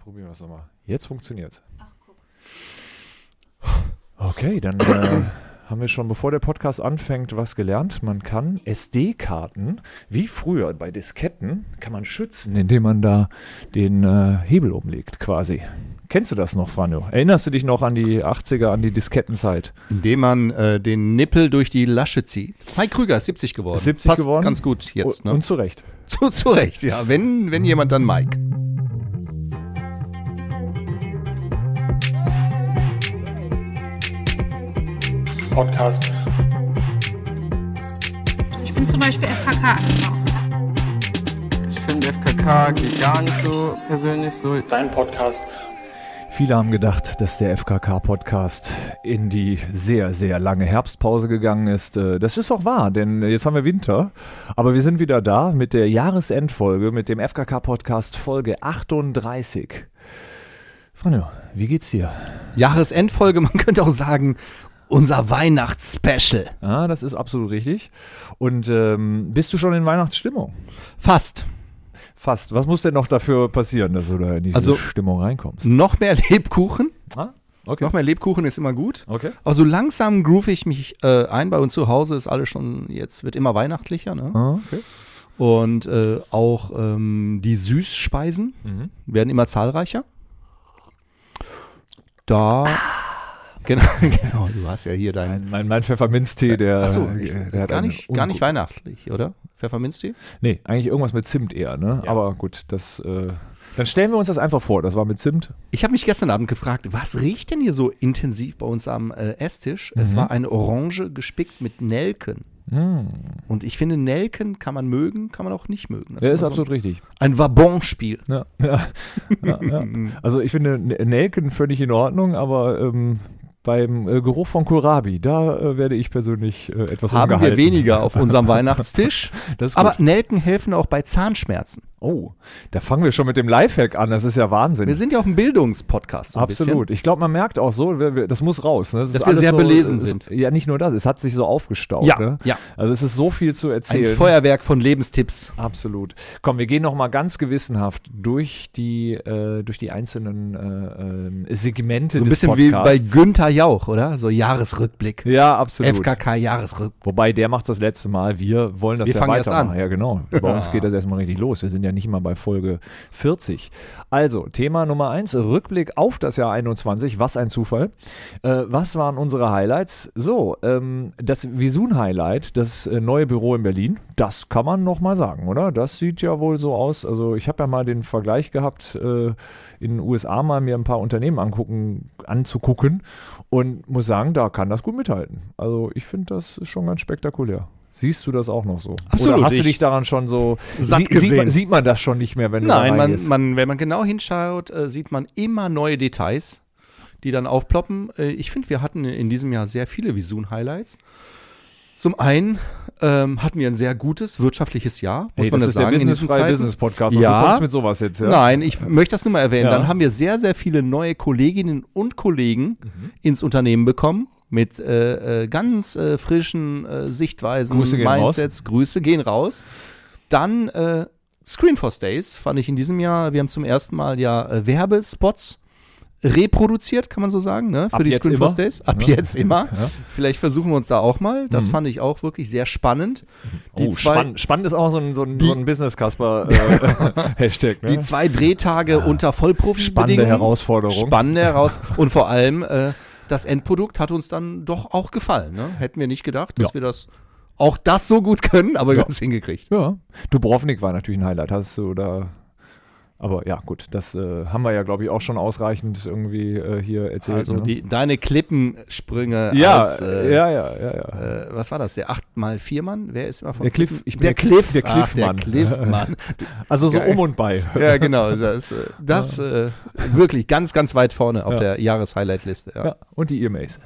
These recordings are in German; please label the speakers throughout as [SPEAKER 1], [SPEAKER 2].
[SPEAKER 1] Probieren wir es nochmal. Jetzt funktioniert's.
[SPEAKER 2] Ach, guck.
[SPEAKER 1] Okay, dann äh, haben wir schon, bevor der Podcast anfängt, was gelernt. Man kann SD-Karten, wie früher bei Disketten, kann man schützen, indem man da den äh, Hebel umlegt, quasi. Kennst du das noch, Franjo? Erinnerst du dich noch an die 80er, an die Diskettenzeit?
[SPEAKER 3] Indem man äh, den Nippel durch die Lasche zieht. Hi Krüger ist 70 geworden.
[SPEAKER 1] 70
[SPEAKER 3] Passt
[SPEAKER 1] geworden?
[SPEAKER 3] ganz gut jetzt.
[SPEAKER 1] U-
[SPEAKER 3] Ne?
[SPEAKER 1] Und zu Recht.
[SPEAKER 3] Zu, zu Recht, ja. Wenn, wenn jemand, dann Mike.
[SPEAKER 4] Podcast.
[SPEAKER 2] Ich bin zum Beispiel FKK angekommen.
[SPEAKER 5] Ich finde FKK geht gar nicht so persönlich so.
[SPEAKER 4] Dein Podcast.
[SPEAKER 1] Viele haben gedacht, dass der FKK-Podcast in die sehr, sehr lange Herbstpause gegangen ist. Äh, Das ist auch wahr, denn jetzt haben wir Winter. Aber wir sind wieder da mit der Jahresendfolge, mit dem FKK-Podcast Folge 38. Franjo, wie geht's dir?
[SPEAKER 3] Jahresendfolge, man könnte auch sagen, unser Weihnachtsspecial.
[SPEAKER 1] Ah, das ist absolut richtig. Und ähm, bist du schon in Weihnachtsstimmung?
[SPEAKER 3] Fast.
[SPEAKER 1] Fast. Was muss denn noch dafür passieren, dass du da in diese
[SPEAKER 3] Also-
[SPEAKER 1] Stimmung reinkommst?
[SPEAKER 3] Noch mehr Lebkuchen.
[SPEAKER 1] Ah, okay.
[SPEAKER 3] Noch mehr Lebkuchen ist immer gut.
[SPEAKER 1] Okay.
[SPEAKER 3] Aber so langsam groove ich mich äh, ein. Bei uns zu Hause ist alles schon, jetzt wird immer weihnachtlicher. Ne?
[SPEAKER 1] Ah, okay.
[SPEAKER 3] Und äh, auch ähm, die Süßspeisen
[SPEAKER 1] Mhm.
[SPEAKER 3] werden immer zahlreicher. Da. Genau, genau, du hast ja hier deinen.
[SPEAKER 1] Mein, mein, mein Pfefferminztee, der,
[SPEAKER 3] Äh,
[SPEAKER 1] äh,
[SPEAKER 3] Ach so, ich,
[SPEAKER 1] der hat
[SPEAKER 3] gar,
[SPEAKER 1] einen
[SPEAKER 3] nicht, gar
[SPEAKER 1] ungu-
[SPEAKER 3] nicht weihnachtlich, oder? Pfefferminztee?
[SPEAKER 1] Nee, eigentlich irgendwas mit Zimt eher, ne? Aber gut, das. Äh, dann stellen wir uns das einfach vor. Das war mit Zimt.
[SPEAKER 3] Ich habe mich gestern Abend gefragt, was riecht denn hier so intensiv bei uns am äh, Esstisch? Es war eine Orange gespickt mit Nelken. Hm. Und ich finde, Nelken kann man mögen, kann man auch nicht mögen. Das
[SPEAKER 1] Der ist
[SPEAKER 3] immer so
[SPEAKER 1] absolut richtig.
[SPEAKER 3] Ein Wabonspiel.
[SPEAKER 1] Ja. Ja. Ja, ja. Also ich finde N- Nelken völlig in Ordnung, aber ähm, beim äh, Geruch von Kohlrabi, da äh, werde ich persönlich äh, etwas
[SPEAKER 3] Haben wir
[SPEAKER 1] ungehalten.
[SPEAKER 3] weniger auf unserem Weihnachtstisch.
[SPEAKER 1] Das ist gut.
[SPEAKER 3] Aber Nelken helfen auch bei Zahnschmerzen.
[SPEAKER 1] oh, da fangen wir schon mit dem Lifehack an. Das ist ja Wahnsinn.
[SPEAKER 3] Wir sind ja auch ein Bildungspodcast. So ein
[SPEAKER 1] Absolut. Ich glaube, man merkt auch so, wir, wir, das muss raus. Ne? Das
[SPEAKER 3] Dass wir sehr belesen
[SPEAKER 1] es-
[SPEAKER 3] sind.
[SPEAKER 1] Ja, nicht nur das. Es hat sich so aufgestaut.
[SPEAKER 3] Ja,
[SPEAKER 1] ne?
[SPEAKER 3] ja.
[SPEAKER 1] Also es ist so viel zu
[SPEAKER 3] Bisschen.
[SPEAKER 1] erzählen.
[SPEAKER 3] Ein Feuerwerk von Lebenstipps.
[SPEAKER 1] Absolut. Komm, wir gehen nochmal ganz gewissenhaft durch die, äh, durch die einzelnen äh, ähm, Segmente
[SPEAKER 3] So ein
[SPEAKER 1] des
[SPEAKER 3] bisschen wie bei
[SPEAKER 1] Podcasts.
[SPEAKER 3] Günther Jauch, oder? So Jahresrückblick.
[SPEAKER 1] Ja, absolut.
[SPEAKER 3] FKK-Jahresrückblick.
[SPEAKER 1] Wobei, der macht das letzte Mal. Wir wollen das
[SPEAKER 3] Wir
[SPEAKER 1] ja
[SPEAKER 3] fangen erst
[SPEAKER 1] weitermachen.
[SPEAKER 3] an.
[SPEAKER 1] Ja, genau. Bei uns geht das erstmal richtig los. Wir sind ja nicht mal bei Folge 40. Also, Thema Nummer eins: Rückblick auf das Jahr 21. Was ein Zufall. Äh, was waren unsere Highlights? So, ähm, das Visun-Highlight, das äh, neue Büro in Berlin, das kann man nochmal sagen, oder? Das sieht ja wohl so aus. Also, ich habe ja mal den Vergleich gehabt, äh, in den USA mal mir ein paar Unternehmen angucken, anzugucken und muss sagen, da kann das gut mithalten. Also, ich finde, das ist schon ganz spektakulär. Siehst du das auch noch so?
[SPEAKER 3] Absolut,
[SPEAKER 1] Oder hast du
[SPEAKER 3] ich-
[SPEAKER 1] dich daran schon so
[SPEAKER 3] Satt
[SPEAKER 1] sie- Sieht man,
[SPEAKER 3] gesehen.
[SPEAKER 1] sieht man das schon nicht mehr, wenn du
[SPEAKER 3] Nein,
[SPEAKER 1] da
[SPEAKER 3] man,
[SPEAKER 1] reingehst?
[SPEAKER 3] man, wenn man genau hinschaut, äh, sieht man immer neue Details, die dann aufploppen. Äh, ich finde, wir hatten in diesem Jahr sehr viele Visun-Highlights. Zum einen ähm, hatten wir ein sehr gutes wirtschaftliches Jahr, muss
[SPEAKER 1] Hey, das
[SPEAKER 3] man das
[SPEAKER 1] ist
[SPEAKER 3] sagen.
[SPEAKER 1] der
[SPEAKER 3] in diesen
[SPEAKER 1] Business-freie
[SPEAKER 3] Zeiten.
[SPEAKER 1] Business-Podcast. Und
[SPEAKER 3] Ja.
[SPEAKER 1] du kommst mit sowas jetzt, ja?
[SPEAKER 3] Nein, ich möchte das nur mal erwähnen.
[SPEAKER 1] Ja.
[SPEAKER 3] Dann haben wir sehr, sehr viele neue Kolleginnen und Kollegen
[SPEAKER 1] Mhm.
[SPEAKER 3] ins Unternehmen bekommen mit äh, äh, ganz äh, frischen äh, Sichtweisen,
[SPEAKER 1] Grüße gehen
[SPEAKER 3] Mindsets, Grüße gehen raus. Dann äh, Screenforce Days fand ich in diesem Jahr, wir haben zum ersten Mal ja äh, Werbespots reproduziert, kann man so sagen, ne? für
[SPEAKER 1] Ab
[SPEAKER 3] die
[SPEAKER 1] jetzt
[SPEAKER 3] Screenforce
[SPEAKER 1] immer.
[SPEAKER 3] Days. Ab
[SPEAKER 1] Ja.
[SPEAKER 3] jetzt immer.
[SPEAKER 1] Ja. Mhm.
[SPEAKER 3] Vielleicht versuchen wir uns da auch mal. Das fand ich auch wirklich sehr spannend. Die
[SPEAKER 1] oh,
[SPEAKER 3] zwei-
[SPEAKER 1] spannend, spannend ist auch so ein, so ein, so ein Business-Casper-Hashtag.
[SPEAKER 3] Die
[SPEAKER 1] ne?
[SPEAKER 3] zwei Drehtage unter
[SPEAKER 1] Spannende
[SPEAKER 3] Vollprofi-Bedingungen.
[SPEAKER 1] Herausforderung.
[SPEAKER 3] Spannende heraus. Und vor allem, äh, das Endprodukt hat uns dann doch auch gefallen. Ne? Hätten wir nicht gedacht, dass
[SPEAKER 1] Ja.
[SPEAKER 3] wir das auch das so gut können, aber wir haben es hingekriegt.
[SPEAKER 1] ja. Dubrovnik war natürlich ein Highlight. Hast du da. Aber ja, gut, das äh, haben wir ja, glaube ich, auch schon ausreichend irgendwie äh, hier erzählt.
[SPEAKER 3] Also
[SPEAKER 1] ne?
[SPEAKER 3] die, deine Klippensprünge
[SPEAKER 1] ja,
[SPEAKER 3] als, äh,
[SPEAKER 1] ja, ja, ja, ja.
[SPEAKER 3] äh, was war das, der 8x4-Mann? Wer ist immer von
[SPEAKER 1] Der Cliff-
[SPEAKER 3] Klippen-
[SPEAKER 1] ich bin
[SPEAKER 3] der
[SPEAKER 1] der-
[SPEAKER 3] Cliff,
[SPEAKER 1] der
[SPEAKER 3] Ach,
[SPEAKER 1] Cliffmann.
[SPEAKER 3] der Cliffmann.
[SPEAKER 1] Also so
[SPEAKER 3] geil.
[SPEAKER 1] um und bei.
[SPEAKER 3] ja, genau, das, äh, das äh, wirklich ganz, ganz weit vorne auf
[SPEAKER 1] Ja.
[SPEAKER 3] der Jahreshighlight-Liste. Ja. Ja.
[SPEAKER 1] Ja, und die E-Mails.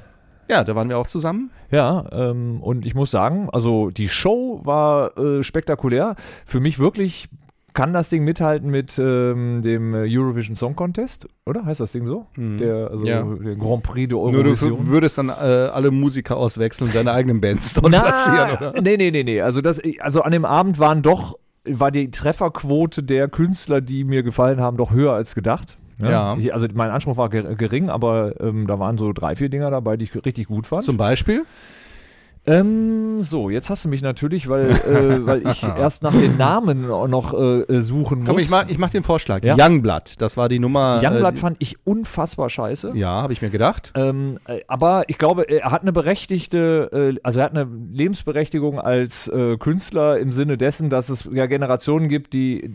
[SPEAKER 3] da waren wir auch zusammen.
[SPEAKER 1] Ja, ähm, und ich muss sagen, also die Show war äh, spektakulär. Für mich wirklich kann das Ding mithalten mit ähm, dem äh, Eurovision Song Contest, oder? Heißt das Ding so? Der, also,
[SPEAKER 3] Mhm. Ja.
[SPEAKER 1] der Grand Prix de
[SPEAKER 3] Nur du
[SPEAKER 1] Eurovision.
[SPEAKER 3] würdest dann äh, alle Musiker auswechseln und deine eigenen Bands dort
[SPEAKER 1] Na,
[SPEAKER 3] platzieren, oder?
[SPEAKER 1] Nee, nee, nee, nee. Also, das, also an dem Abend waren doch, war die Trefferquote der Künstler, die mir gefallen haben, doch höher als gedacht. Ne?
[SPEAKER 3] Ja.
[SPEAKER 1] Ich, also mein Anspruch war ge- gering, aber ähm, da waren so drei, vier Dinger dabei, die ich richtig gut fand.
[SPEAKER 3] Zum Beispiel?
[SPEAKER 1] Ähm, so, jetzt hast du mich natürlich, weil, äh, weil ich erst nach den Namen noch äh, suchen muss.
[SPEAKER 3] Komm, ich mach, ich mach den Vorschlag.
[SPEAKER 1] Ja.
[SPEAKER 3] Youngblood, das war die Nummer.
[SPEAKER 1] Youngblood
[SPEAKER 3] äh,
[SPEAKER 1] fand ich unfassbar scheiße.
[SPEAKER 3] ja, habe ich mir gedacht.
[SPEAKER 1] Ähm, äh, aber ich glaube, er hat eine berechtigte, äh, also er hat eine Lebensberechtigung als äh, Künstler im Sinne dessen, dass es ja Generationen gibt, die,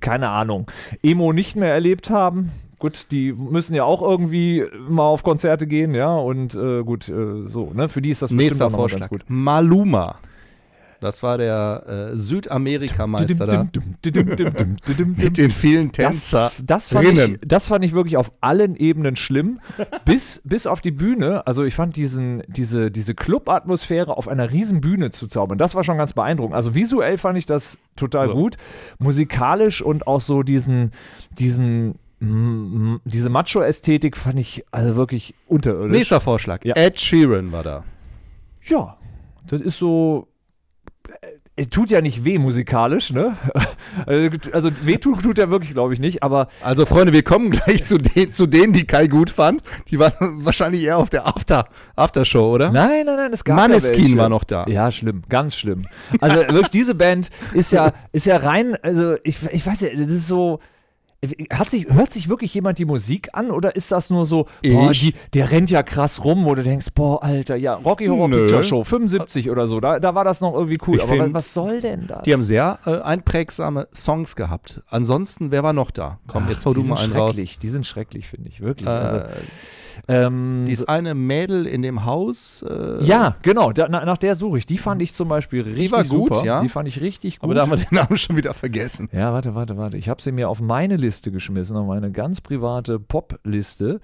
[SPEAKER 1] keine Ahnung, Emo nicht mehr erlebt haben. Gut, die müssen ja auch irgendwie mal auf Konzerte gehen, ja, und äh, gut, äh, so, ne? Für die ist das bestimmt
[SPEAKER 3] Nächster
[SPEAKER 1] auch noch mal
[SPEAKER 3] Vorschlag. Maluma. Das war der äh, Südamerikameister da.
[SPEAKER 1] ganz gut.
[SPEAKER 3] Mit den vielen
[SPEAKER 1] Das,
[SPEAKER 3] Tänzer.
[SPEAKER 1] das, fand ich,
[SPEAKER 3] drinnen.
[SPEAKER 1] das fand ich wirklich auf allen Ebenen schlimm, bis, bis auf die Bühne. Also ich fand diesen, diese, diese Club-Atmosphäre auf einer riesen Bühne zu zaubern, das war schon ganz beeindruckend. Also visuell fand ich das total
[SPEAKER 3] So.
[SPEAKER 1] gut, musikalisch und auch so diesen, diesen, mm, diese Macho-Ästhetik fand ich also wirklich unterirdisch.
[SPEAKER 3] Nächster Vorschlag.
[SPEAKER 1] Ja.
[SPEAKER 3] Ed Sheeran war da.
[SPEAKER 1] Ja, das ist so. äh, Tut ja nicht weh musikalisch, ne? Also weh tut, tut er wirklich, glaube ich, nicht, aber
[SPEAKER 3] Also Freunde, wir kommen gleich zu, den, zu denen, die Kai gut fand. Die waren wahrscheinlich eher auf der After, Aftershow, oder?
[SPEAKER 1] Nein, nein, nein, es gab
[SPEAKER 3] Maneskin
[SPEAKER 1] ja welche.
[SPEAKER 3] war noch da.
[SPEAKER 1] Ja, schlimm, ganz schlimm. Also wirklich, diese Band ist ja, ist ja rein, also ich, ich weiß ja, das ist so. Hat sich, hört sich wirklich jemand die Musik an oder ist das nur so, boah,
[SPEAKER 3] Ich?
[SPEAKER 1] die, der rennt ja krass rum, wo du denkst, boah, Alter, ja, Rocky Horror
[SPEAKER 3] Nö.
[SPEAKER 1] Picture Show 75 oder so, da, da war das noch irgendwie cool,
[SPEAKER 3] Ich
[SPEAKER 1] aber
[SPEAKER 3] find-
[SPEAKER 1] was soll denn das?
[SPEAKER 3] Die haben sehr äh, einprägsame Songs gehabt. Ansonsten, wer war noch da? Komm,
[SPEAKER 1] Ach,
[SPEAKER 3] jetzt hau
[SPEAKER 1] die
[SPEAKER 3] du
[SPEAKER 1] sind
[SPEAKER 3] mal einen raus.
[SPEAKER 1] schrecklich, Die sind schrecklich, finde ich, wirklich. also,
[SPEAKER 3] Äh,
[SPEAKER 1] ähm,
[SPEAKER 3] dieses eine Mädel in dem Haus. Äh,
[SPEAKER 1] ja, genau, da, na, nach der suche ich. Die fand ich zum Beispiel richtig
[SPEAKER 3] war gut,
[SPEAKER 1] super.
[SPEAKER 3] ja.
[SPEAKER 1] Die fand ich richtig gut.
[SPEAKER 3] Aber da haben wir den Namen schon wieder vergessen.
[SPEAKER 1] Ja, warte, warte, warte. Ich habe sie mir auf meine Liste geschmissen, auf meine ganz private Pop-Liste.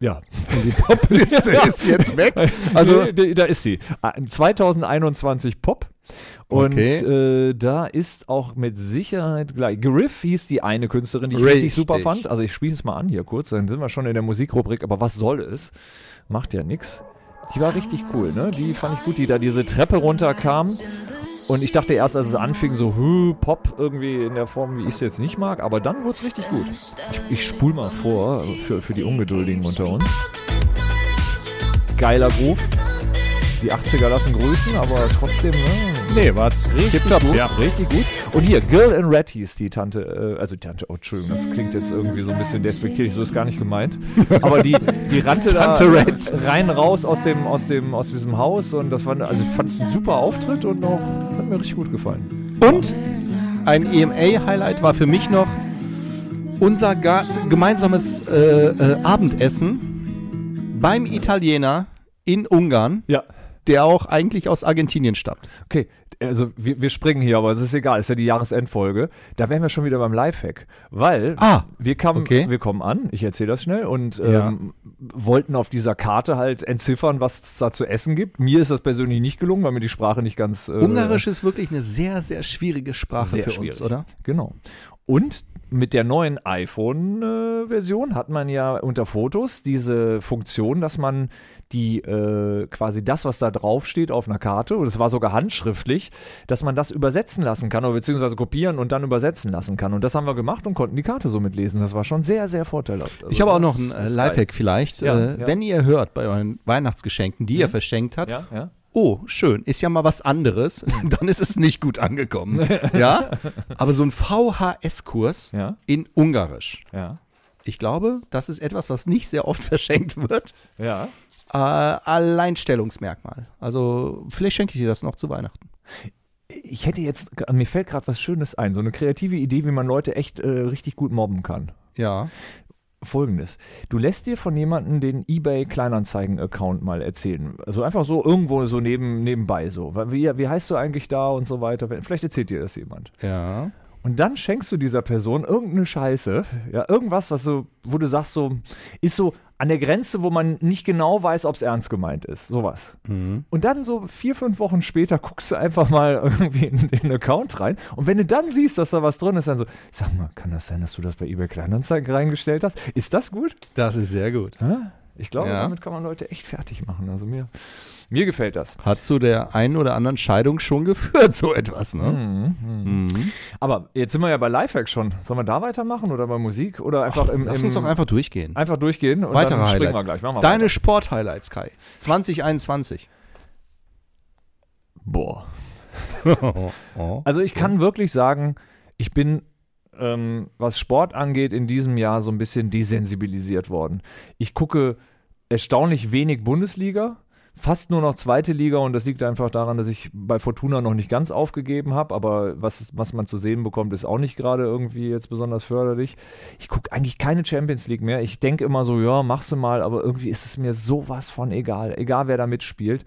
[SPEAKER 1] Ja,
[SPEAKER 3] Die Popliste
[SPEAKER 1] Ja.
[SPEAKER 3] ist jetzt weg. Also,
[SPEAKER 1] Nee, da, da ist sie. Ah, 2021 Pop. Und
[SPEAKER 3] Okay.
[SPEAKER 1] äh, da ist auch mit Sicherheit gleich. Griff hieß die eine Künstlerin, die ich richtig
[SPEAKER 3] Richtig.
[SPEAKER 1] super fand. Also ich spiele es mal an hier kurz, dann sind wir schon in der Musikrubrik, aber was soll es? Macht ja nix. Die war richtig cool, ne? Die fand ich gut, die da diese Treppe runterkam. Und ich dachte erst, als es anfing, so, hü, Pop irgendwie in der Form, wie ich es jetzt nicht mag, aber dann wurde es richtig gut. Ich, ich spul mal vor für, für die Ungeduldigen unter uns. Geiler Groove. Die 80er lassen grüßen, aber trotzdem, ne?
[SPEAKER 3] nee, war tipptopp.
[SPEAKER 1] Gut,
[SPEAKER 3] Ja.
[SPEAKER 1] richtig gut. Und hier, Girl in Red hieß die Tante, äh, also die Tante, oh, Entschuldigung, das klingt jetzt irgendwie so ein bisschen despektierlich, so ist gar nicht gemeint. Aber die, die rannte da
[SPEAKER 3] Tante Red.
[SPEAKER 1] rein raus aus, dem, aus, dem, aus diesem Haus und das war, also ich fand es ein super Auftritt und auch, hat mir richtig gut gefallen.
[SPEAKER 3] Und ein EMA-Highlight war für mich noch unser ga- gemeinsames äh, äh, Abendessen beim Italiener in Ungarn,
[SPEAKER 1] Ja.
[SPEAKER 3] der auch eigentlich aus Argentinien stammt.
[SPEAKER 1] Okay, also wir, wir springen hier, aber es ist egal, es ist ja die Jahresendfolge. Da wären wir schon wieder beim Lifehack, weil
[SPEAKER 3] Ah,
[SPEAKER 1] wir, kamen,
[SPEAKER 3] okay.
[SPEAKER 1] wir kommen an, ich erzähle das schnell, und
[SPEAKER 3] Ja.
[SPEAKER 1] ähm, wollten auf dieser Karte halt entziffern, was es da zu essen gibt. Mir ist das persönlich nicht gelungen, weil mir die Sprache nicht ganz... Äh,
[SPEAKER 3] Ungarisch ist wirklich eine sehr, sehr Also schwierige Sprache
[SPEAKER 1] Sehr
[SPEAKER 3] für uns,
[SPEAKER 1] schwierig.
[SPEAKER 3] oder?
[SPEAKER 1] Genau. Und mit der neuen iPhone-Version hat man ja unter Fotos diese Funktion, dass man die äh, quasi das, was da drauf steht auf einer Karte, und es war sogar handschriftlich, dass man das übersetzen lassen kann oder beziehungsweise kopieren und dann übersetzen lassen kann. Und das haben wir gemacht und konnten die Karte somit lesen. Das war schon sehr, sehr vorteilhaft. Also
[SPEAKER 3] Ich habe auch
[SPEAKER 1] das
[SPEAKER 3] noch einen äh,
[SPEAKER 1] ist
[SPEAKER 3] Lifehack vielleicht.
[SPEAKER 1] Ja,
[SPEAKER 3] äh,
[SPEAKER 1] ja.
[SPEAKER 3] Wenn ihr hört bei euren Weihnachtsgeschenken, die ihr verschenkt habt,
[SPEAKER 1] geil. Ja, ja.
[SPEAKER 3] oh, schön, ist ja mal was anderes,
[SPEAKER 1] Mhm.
[SPEAKER 3] dann ist es nicht gut angekommen. ja? Aber so ein VHS-Kurs
[SPEAKER 1] Ja.
[SPEAKER 3] in Ungarisch.
[SPEAKER 1] Ja.
[SPEAKER 3] Ich glaube, das ist etwas, was nicht sehr oft verschenkt wird.
[SPEAKER 1] Ja.
[SPEAKER 3] Äh, Alleinstellungsmerkmal. Also vielleicht schenke ich dir das noch zu Weihnachten.
[SPEAKER 1] Ich hätte jetzt, mir fällt gerade was Schönes ein, so eine kreative Idee, wie man Leute echt äh, richtig gut mobben kann.
[SPEAKER 3] Ja.
[SPEAKER 1] Folgendes. Du lässt dir von jemandem den eBay Kleinanzeigen-Account mal erzählen. Also einfach so irgendwo so neben, nebenbei so. Weil Wie, wie heißt du eigentlich da und so weiter. Vielleicht erzählt dir das jemand.
[SPEAKER 3] Ja.
[SPEAKER 1] Und dann schenkst du dieser Person irgendeine Scheiße. Ja, irgendwas, was so, wo du sagst, so, ist so an der Grenze, wo man nicht genau weiß, ob es ernst gemeint ist. Sowas. Und dann so vier, fünf Wochen später guckst du einfach mal irgendwie in den Account rein. Und wenn du dann siehst, dass da was drin ist, dann so, sag mal, kann das sein, dass du das bei eBay Kleinanzeigen reingestellt hast? Ist das gut?
[SPEAKER 3] Das ist sehr gut.
[SPEAKER 1] Ich glaube,
[SPEAKER 3] Ja.
[SPEAKER 1] damit kann man Leute echt fertig machen. Also mir, Mir gefällt das.
[SPEAKER 3] Hat zu der einen oder anderen Scheidung schon geführt, so etwas, ne? Mhm.
[SPEAKER 1] Aber jetzt sind wir ja bei Lifehack schon. Sollen wir da weitermachen oder bei Musik? Oder einfach im.
[SPEAKER 3] Lass
[SPEAKER 1] im
[SPEAKER 3] uns doch einfach durchgehen.
[SPEAKER 1] einfach durchgehen und
[SPEAKER 3] Weitere
[SPEAKER 1] dann springen
[SPEAKER 3] Highlights.
[SPEAKER 1] wir gleich. Machen wir
[SPEAKER 3] Deine
[SPEAKER 1] weiter.
[SPEAKER 3] Sport-Highlights, Kai. 2021.
[SPEAKER 1] Boah. Also ich kann wirklich sagen, ich bin, ähm, was Sport angeht, in diesem Jahr so ein bisschen desensibilisiert worden. Ich gucke erstaunlich wenig Bundesliga, fast nur noch zweite Liga und das liegt einfach daran, dass ich bei Fortuna noch nicht ganz aufgegeben habe, aber was, was man zu sehen bekommt, ist auch nicht gerade irgendwie jetzt besonders förderlich. Ich gucke eigentlich keine Champions League mehr. Ich denke immer so, ja, mach's mal, aber irgendwie ist es mir sowas von egal, egal wer da mitspielt.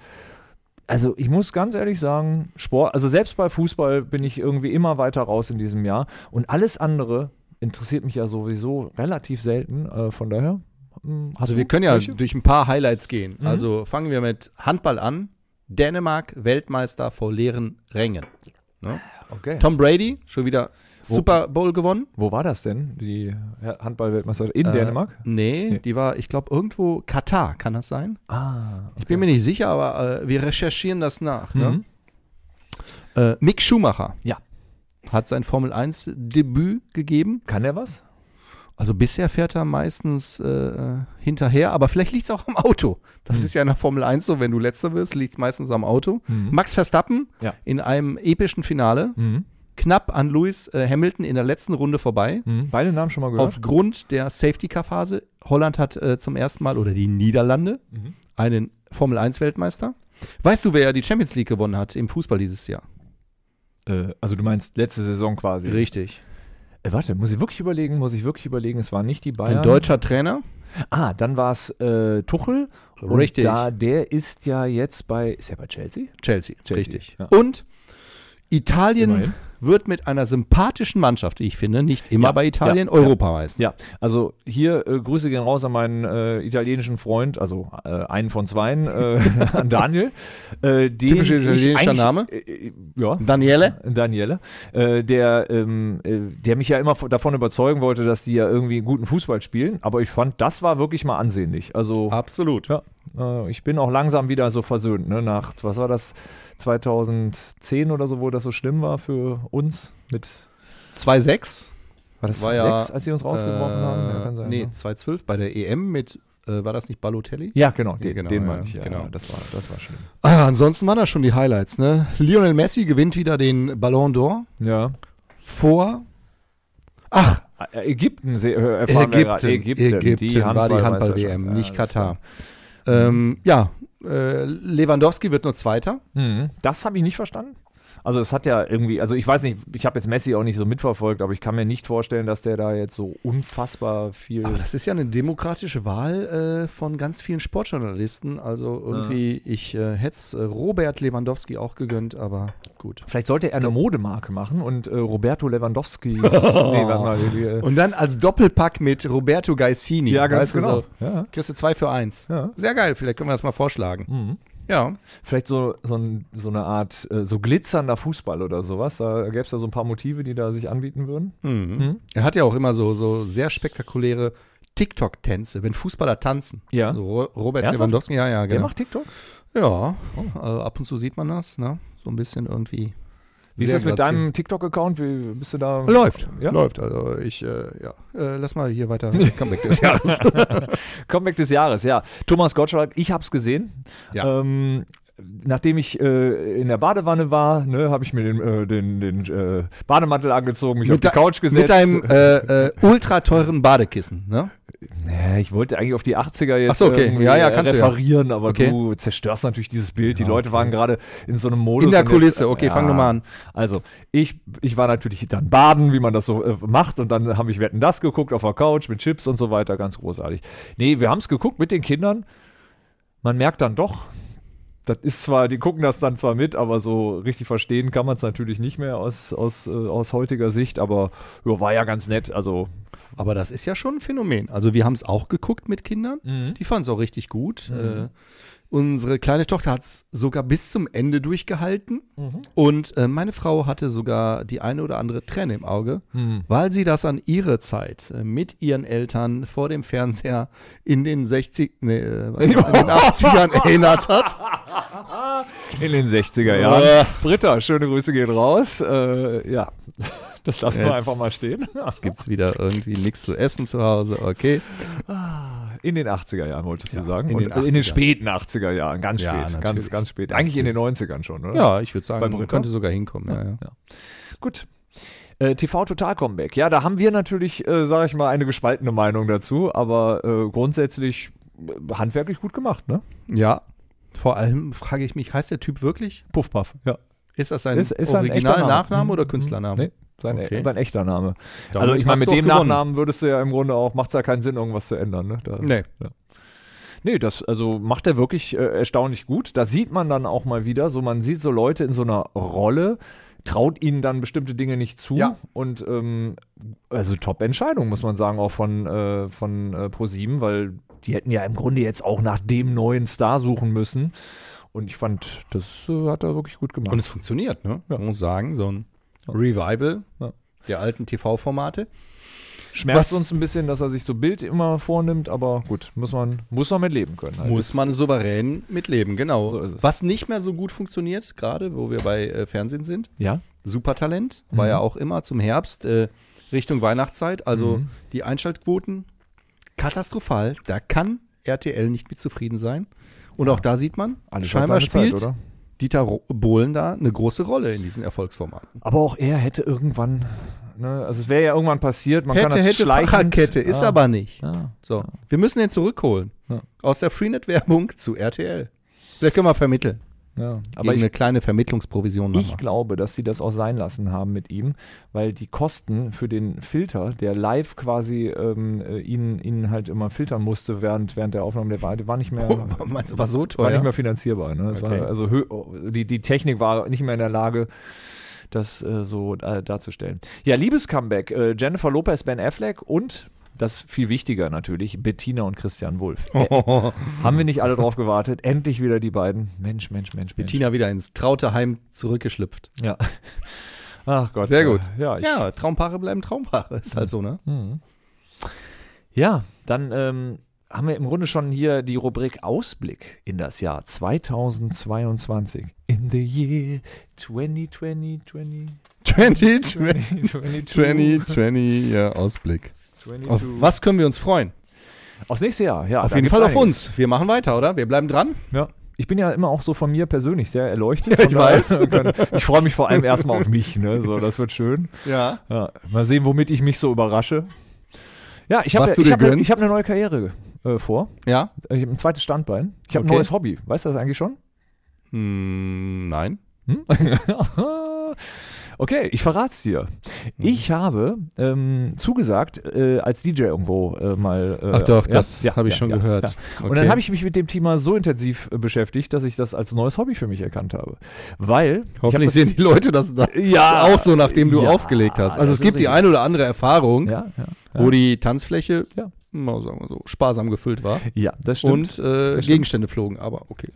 [SPEAKER 1] Also ich muss ganz ehrlich sagen, Sport, also selbst bei Fußball bin ich irgendwie immer weiter raus in diesem Jahr und alles andere interessiert mich ja sowieso relativ selten. Äh, von daher, hm, hast
[SPEAKER 3] Also
[SPEAKER 1] du
[SPEAKER 3] wir können ja
[SPEAKER 1] welche?
[SPEAKER 3] durch ein paar Highlights gehen.
[SPEAKER 1] Mhm.
[SPEAKER 3] Also fangen wir mit Handball an. Dänemark Weltmeister vor leeren Rängen.
[SPEAKER 1] Okay.
[SPEAKER 3] Tom Brady schon wieder Super Bowl gewonnen.
[SPEAKER 1] Wo war das denn, die Handball-Weltmeisterschaft? In
[SPEAKER 3] Äh,
[SPEAKER 1] Dänemark?
[SPEAKER 3] Nee,
[SPEAKER 1] Nee.
[SPEAKER 3] die war, ich glaube, irgendwo Katar, kann das sein?
[SPEAKER 1] Ah,
[SPEAKER 3] Ich bin mir nicht sicher, aber äh, wir recherchieren das nach.
[SPEAKER 1] Mhm.
[SPEAKER 3] Ne? Äh, Mick Schumacher
[SPEAKER 1] Ja.
[SPEAKER 3] hat sein Formel-1-Debüt gegeben.
[SPEAKER 1] kann der was?
[SPEAKER 3] Also bisher fährt er meistens äh, hinterher, aber vielleicht liegt es auch am Auto. Das
[SPEAKER 1] Hm.
[SPEAKER 3] ist ja in der Formel 1 so, wenn du letzter wirst, liegt es meistens am Auto. Max Verstappen
[SPEAKER 1] Hm. Ja.
[SPEAKER 3] in einem epischen Finale,
[SPEAKER 1] Mhm.
[SPEAKER 3] knapp an Lewis äh, Hamilton in der letzten Runde vorbei.
[SPEAKER 1] Mhm. Beide Namen schon mal gehört?
[SPEAKER 3] Aufgrund der Safety-Car-Phase. Holland hat äh, zum ersten Mal, oder die Niederlande,
[SPEAKER 1] Mhm.
[SPEAKER 3] einen Formel 1-Weltmeister. Weißt du, wer ja die Champions League gewonnen hat im Fußball dieses Jahr?
[SPEAKER 1] Äh, also du meinst letzte Saison quasi.
[SPEAKER 3] Richtig.
[SPEAKER 1] Äh, warte, muss ich wirklich überlegen, muss ich wirklich überlegen, es waren nicht die Bayern.
[SPEAKER 3] Ein deutscher Trainer.
[SPEAKER 1] Ah, dann war es äh, Tuchel.
[SPEAKER 3] Richtig.
[SPEAKER 1] Und da, der ist ja jetzt bei, ist er bei Chelsea?
[SPEAKER 3] Chelsea,
[SPEAKER 1] Chelsea,
[SPEAKER 3] richtig.
[SPEAKER 1] ja.
[SPEAKER 3] Und Italien
[SPEAKER 1] Immerhin.
[SPEAKER 3] wird mit einer sympathischen Mannschaft, wie ich finde, nicht immer
[SPEAKER 1] Ja,
[SPEAKER 3] bei Italien,
[SPEAKER 1] ja,
[SPEAKER 3] Europameister.
[SPEAKER 1] Ja, also hier äh, Grüße gehen raus an meinen äh, italienischen Freund, also äh, einen von zweien, äh, an Daniel. Äh, den
[SPEAKER 3] Typisch
[SPEAKER 1] ich
[SPEAKER 3] italienischer
[SPEAKER 1] eigentlich-
[SPEAKER 3] Name.
[SPEAKER 1] Äh, äh, ja.
[SPEAKER 3] Daniele?
[SPEAKER 1] Daniele, äh, der, ähm, äh, der mich ja immer vo- davon überzeugen wollte, dass die ja irgendwie guten Fußball spielen, aber ich fand, das war wirklich mal ansehnlich. Also
[SPEAKER 3] Absolut.
[SPEAKER 1] ja, äh, ich bin auch langsam wieder so versöhnt, ne? Nach, was war das, 2010 oder so, wo das so schlimm war für uns mit
[SPEAKER 3] 2-6.
[SPEAKER 1] war das
[SPEAKER 3] War
[SPEAKER 1] 6,
[SPEAKER 3] ja, äh,
[SPEAKER 1] als sie uns rausgeworfen haben? Ja, kann sein,
[SPEAKER 3] nee,
[SPEAKER 1] ne?
[SPEAKER 3] 2-12 bei der EM mit, äh, war das nicht Balotelli?
[SPEAKER 1] Ja, genau, den,
[SPEAKER 3] Genau,
[SPEAKER 1] den
[SPEAKER 3] ja,
[SPEAKER 1] meine ich. Ja,
[SPEAKER 3] genau.
[SPEAKER 1] ja, das war, das war schlimm.
[SPEAKER 3] Ah, ansonsten waren das schon die Highlights, ne? Lionel Messi gewinnt wieder den Ballon d'Or
[SPEAKER 1] Ja.
[SPEAKER 3] vor. Ach,
[SPEAKER 1] Ägypten se- äh, erfahren wir
[SPEAKER 3] Ägypten.
[SPEAKER 1] gerade. Ägypten,
[SPEAKER 3] war die Handball-WM,
[SPEAKER 1] Handball-WM,
[SPEAKER 3] nicht Katar. Ähm, ja, äh, Lewandowski wird nur Zweiter.
[SPEAKER 1] Mhm. Das habe ich nicht verstanden. Also es hat ja irgendwie, also ich weiß nicht, ich habe jetzt Messi auch nicht so mitverfolgt, aber ich kann mir nicht vorstellen, dass der da jetzt so unfassbar viel.
[SPEAKER 3] Aber das ist ja eine demokratische Wahl äh, von ganz vielen Sportjournalisten. Also irgendwie, ich äh, hätte es äh, Robert Lewandowski auch gegönnt, aber gut.
[SPEAKER 1] Vielleicht sollte er eine Modemarke machen und äh, Roberto Lewandowski. nee, warte mal, die, äh,
[SPEAKER 3] Und dann als Doppelpack mit Roberto Gaisini.
[SPEAKER 1] ja, ganz
[SPEAKER 3] weißt du
[SPEAKER 1] genau.
[SPEAKER 3] so,
[SPEAKER 1] Ja.
[SPEAKER 3] kriegst du zwei für eins.
[SPEAKER 1] Ja.
[SPEAKER 3] Sehr geil, vielleicht können wir das mal vorschlagen. Ja.
[SPEAKER 1] Mhm. Vielleicht so, so, ein, so eine Art, äh, so glitzernder Fußball oder sowas. Da gäbe es ja so ein paar Motive, die da sich anbieten würden.
[SPEAKER 3] hm.
[SPEAKER 1] Hm.
[SPEAKER 3] Er hat ja auch immer so, so sehr spektakuläre TikTok-Tänze, wenn Fußballer tanzen.
[SPEAKER 1] Ja.
[SPEAKER 3] So Ro Robert
[SPEAKER 1] Ernsthaft?
[SPEAKER 3] Lewandowski, ja, ja,
[SPEAKER 1] Der
[SPEAKER 3] genau.
[SPEAKER 1] macht TikTok?
[SPEAKER 3] Ja, also ab und zu sieht man das, ne? So ein bisschen irgendwie.
[SPEAKER 1] Wie ist
[SPEAKER 3] sehr Äh,
[SPEAKER 1] das mit
[SPEAKER 3] grazil.
[SPEAKER 1] deinem TikTok-Account? Wie bist du da?
[SPEAKER 3] Läuft,
[SPEAKER 1] Ja?
[SPEAKER 3] läuft. Also ich, äh, ja, äh, lass mal hier weiter Comeback des Jahres.
[SPEAKER 1] Comeback des Jahres, ja. Thomas Gottschalk, ich hab's gesehen.
[SPEAKER 3] Ja.
[SPEAKER 1] Ähm, nachdem ich äh, in der Badewanne war, ne, habe ich mir den, äh, den, den äh, Bademantel angezogen, mich auf die
[SPEAKER 3] de-
[SPEAKER 1] Couch gesetzt.
[SPEAKER 3] Mit deinem äh, äh, ultra teuren Badekissen, ne?
[SPEAKER 1] Naja, ich wollte eigentlich auf die 80er
[SPEAKER 3] Ach
[SPEAKER 1] jetzt
[SPEAKER 3] so, okay.
[SPEAKER 1] irgendwie,
[SPEAKER 3] Ja, ja,
[SPEAKER 1] äh,
[SPEAKER 3] kannst du ja.
[SPEAKER 1] referieren, aber
[SPEAKER 3] Okay.
[SPEAKER 1] du zerstörst natürlich dieses Bild. Die Leute waren gerade in so einem Modus.
[SPEAKER 3] In der
[SPEAKER 1] und äh,
[SPEAKER 3] Kulisse. Okay, fang doch mal an.
[SPEAKER 1] Also, ich, ich war natürlich dann baden, wie man das so äh, macht. Und dann habe ich Wetten, das geguckt auf der Couch mit Chips und so weiter. Ganz großartig. Nee, wir haben es geguckt mit den Kindern. Man merkt dann doch, das ist zwar, die gucken das dann zwar mit, aber so richtig verstehen kann man es natürlich nicht mehr aus, aus, äh, aus heutiger Sicht. Aber ja, war ja ganz nett. Also,
[SPEAKER 3] Aber das ist ja schon ein Phänomen. Also wir haben es auch geguckt mit Kindern. Die fanden es auch richtig gut. Unsere kleine Tochter hat es sogar bis zum Ende durchgehalten. Und äh, meine Frau hatte sogar die eine oder andere Träne im Auge, weil sie das an ihre Zeit äh, mit ihren Eltern vor dem Fernseher in den 60 nee, äh, in den 80ern erinnert hat.
[SPEAKER 1] In den 60er Jahren.
[SPEAKER 3] Äh.
[SPEAKER 1] Britta, schöne Grüße gehen raus. Äh, ja, das lassen wir
[SPEAKER 3] Jetzt.
[SPEAKER 1] einfach mal stehen.
[SPEAKER 3] Es gibt wieder irgendwie nichts zu essen zu Hause, okay.
[SPEAKER 1] In den 80er Jahren wolltest du sagen.
[SPEAKER 3] in den
[SPEAKER 1] Und in den
[SPEAKER 3] 80er.
[SPEAKER 1] späten 80er Jahren. Ganz
[SPEAKER 3] Ja,
[SPEAKER 1] spät.
[SPEAKER 3] natürlich.
[SPEAKER 1] Ganz, ganz spät. Eigentlich in den 90ern schon, oder?
[SPEAKER 3] Ja, ich würde
[SPEAKER 1] Bei
[SPEAKER 3] sagen,
[SPEAKER 1] Britta?
[SPEAKER 3] man könnte sogar hinkommen. Ja, ja.
[SPEAKER 1] Gut. Äh, TV Total Comeback. Ja, da haben wir natürlich, äh, sage ich mal, eine gespaltene Meinung dazu, aber äh, grundsätzlich äh, handwerklich gut gemacht, ne?
[SPEAKER 3] ja, vor allem frage ich mich, heißt der Typ wirklich?
[SPEAKER 1] Puff, puff, ja.
[SPEAKER 3] Ist das ein
[SPEAKER 1] Ist- ist ein echter
[SPEAKER 3] original
[SPEAKER 1] Name. Mhm.
[SPEAKER 3] Nachname oder
[SPEAKER 1] Nee,
[SPEAKER 3] Künstlername?
[SPEAKER 1] sein,
[SPEAKER 3] Okay.
[SPEAKER 1] sein echter Name.
[SPEAKER 3] Damit
[SPEAKER 1] also ich meine,
[SPEAKER 3] hast
[SPEAKER 1] mit
[SPEAKER 3] du auch
[SPEAKER 1] dem
[SPEAKER 3] gewonnen.
[SPEAKER 1] Nachnamen würdest du ja im Grunde auch, macht es ja keinen Sinn, irgendwas zu ändern, ne? Da,
[SPEAKER 3] Nee.
[SPEAKER 1] Nee, das also macht er wirklich äh, erstaunlich gut. Da sieht man dann auch mal wieder, so man sieht so Leute in so einer Rolle, traut ihnen dann bestimmte Dinge nicht zu.
[SPEAKER 3] Ja.
[SPEAKER 1] Und ähm, also Top-Entscheidung, muss man sagen, auch von, äh, von äh, ProSieben, weil die hätten ja im Grunde jetzt auch nach dem neuen Star suchen müssen. Und ich fand, das äh, hat er wirklich gut gemacht.
[SPEAKER 3] Und es funktioniert, ne? Man muss sagen, so ein Revival
[SPEAKER 1] Ja.
[SPEAKER 3] der alten TV-Formate.
[SPEAKER 1] Schmerzt
[SPEAKER 3] was-
[SPEAKER 1] uns ein bisschen, dass er sich so Bild immer vornimmt, aber gut, muss man, muss man mit leben können. halt.
[SPEAKER 3] Muss man souverän mitleben, genau.
[SPEAKER 1] So ist es.
[SPEAKER 3] Was nicht mehr so gut funktioniert, gerade wo wir bei äh, Fernsehen sind,
[SPEAKER 1] Ja.
[SPEAKER 3] Supertalent
[SPEAKER 1] Mhm.
[SPEAKER 3] war ja auch immer zum Herbst äh, Richtung Weihnachtszeit. Also
[SPEAKER 1] Mhm.
[SPEAKER 3] die Einschaltquoten katastrophal. Da kann RTL nicht mit zufrieden sein. Und auch da sieht man,
[SPEAKER 1] Alles hat
[SPEAKER 3] scheinbar
[SPEAKER 1] seine Zeit,
[SPEAKER 3] spielt
[SPEAKER 1] oder?
[SPEAKER 3] Dieter Ro- Bohlen da eine große Rolle in diesen Erfolgsformaten.
[SPEAKER 1] Aber auch er hätte irgendwann, ne, also es wäre ja irgendwann passiert, man kann
[SPEAKER 3] hätte,
[SPEAKER 1] das
[SPEAKER 3] hätte,
[SPEAKER 1] schleichend-
[SPEAKER 3] Fahrradkette, ist
[SPEAKER 1] Ah,
[SPEAKER 3] aber nicht.
[SPEAKER 1] Ja.
[SPEAKER 3] So, wir müssen den zurückholen.
[SPEAKER 1] Ja.
[SPEAKER 3] Aus der Freenet-Werbung zu RTL. Vielleicht können wir vermitteln.
[SPEAKER 1] Ja. Aber
[SPEAKER 3] Aber eine
[SPEAKER 1] ich,
[SPEAKER 3] kleine Vermittlungsprovision
[SPEAKER 1] ich glaube, dass sie das auch sein lassen haben mit ihm, weil die Kosten für den Filter, der live quasi ähm, äh, ihn, ihn halt immer filtern musste während, während der Aufnahme der war, die war nicht mehr.
[SPEAKER 3] Oh, meinst du, war so
[SPEAKER 1] war nicht
[SPEAKER 3] teuer?
[SPEAKER 1] mehr finanzierbar. Ne? Es
[SPEAKER 3] Okay.
[SPEAKER 1] war also hö- oh, die, die Technik war nicht mehr in der Lage, das äh, so äh, darzustellen. Ja, liebes Comeback. Äh, Jennifer Lopez, Ben Affleck und das ist viel wichtiger natürlich, Bettina und Christian Wulff. Ä- Haben wir nicht alle drauf gewartet? Endlich wieder die beiden. Mensch, Mensch, Mensch, Mensch.
[SPEAKER 3] Bettina wieder ins traute Heim zurückgeschlüpft.
[SPEAKER 1] Ja. Ach Gott.
[SPEAKER 3] Sehr gut.
[SPEAKER 1] Ja, ich,
[SPEAKER 3] Ja, Traumpaare bleiben Traumpaare. Ist halt so, ne?
[SPEAKER 1] Ja, dann ähm, haben wir im Grunde schon hier die Rubrik Ausblick in das Jahr 2022. In the year 2020, 20,
[SPEAKER 3] 20, 20,
[SPEAKER 1] 2022.
[SPEAKER 3] 20, 20, ja, Ausblick.
[SPEAKER 1] 22.
[SPEAKER 3] Auf was können wir uns freuen?
[SPEAKER 1] Aufs nächste Jahr, ja.
[SPEAKER 3] auf
[SPEAKER 1] da
[SPEAKER 3] jeden
[SPEAKER 1] gibt's
[SPEAKER 3] Fall auf
[SPEAKER 1] einiges.
[SPEAKER 3] uns. Wir machen weiter, oder? Wir bleiben dran.
[SPEAKER 1] Ja. Ich bin ja immer auch so von mir persönlich sehr erleuchtet. Von
[SPEAKER 3] ich
[SPEAKER 1] daher
[SPEAKER 3] weiß.
[SPEAKER 1] können- Ich freue mich vor allem erstmal auf mich, ne? So, das wird schön.
[SPEAKER 3] Ja.
[SPEAKER 1] Ja, mal sehen, womit ich mich so überrasche. Ja, ich habe
[SPEAKER 3] Was du
[SPEAKER 1] ich
[SPEAKER 3] dir
[SPEAKER 1] hab, ne- ich
[SPEAKER 3] gönnst?
[SPEAKER 1] hab eine neue Karriere äh, vor.
[SPEAKER 3] Ja?
[SPEAKER 1] Ich habe ein zweites Standbein. Ich habe
[SPEAKER 3] Okay.
[SPEAKER 1] ein neues Hobby. Weißt du das eigentlich schon?
[SPEAKER 3] Hm, nein.
[SPEAKER 1] okay, ich verrat's dir.
[SPEAKER 3] Mhm.
[SPEAKER 1] Ich habe ähm, zugesagt, äh, als DJ irgendwo äh, mal. Äh,
[SPEAKER 3] Ach doch,
[SPEAKER 1] ja,
[SPEAKER 3] das
[SPEAKER 1] ja,
[SPEAKER 3] habe ich
[SPEAKER 1] ja,
[SPEAKER 3] schon
[SPEAKER 1] ja,
[SPEAKER 3] gehört.
[SPEAKER 1] Ja. Und dann habe ich mich mit dem Thema so intensiv äh, beschäftigt, dass ich das als neues Hobby für mich erkannt habe. Weil. ich hab
[SPEAKER 3] Hoffentlich
[SPEAKER 1] das-
[SPEAKER 3] sehen die Leute das da
[SPEAKER 1] Ja.
[SPEAKER 3] auch so, nachdem du
[SPEAKER 1] Ja,
[SPEAKER 3] aufgelegt hast. Also
[SPEAKER 1] das
[SPEAKER 3] es gibt
[SPEAKER 1] ist
[SPEAKER 3] die
[SPEAKER 1] richtig.
[SPEAKER 3] eine oder andere Erfahrung,
[SPEAKER 1] Ja, ja,
[SPEAKER 3] wo die Tanzfläche,
[SPEAKER 1] Ja.
[SPEAKER 3] mal sagen wir so, sparsam gefüllt war.
[SPEAKER 1] ja, das stimmt.
[SPEAKER 3] Und äh,
[SPEAKER 1] stimmt.
[SPEAKER 3] Gegenstände flogen, aber okay.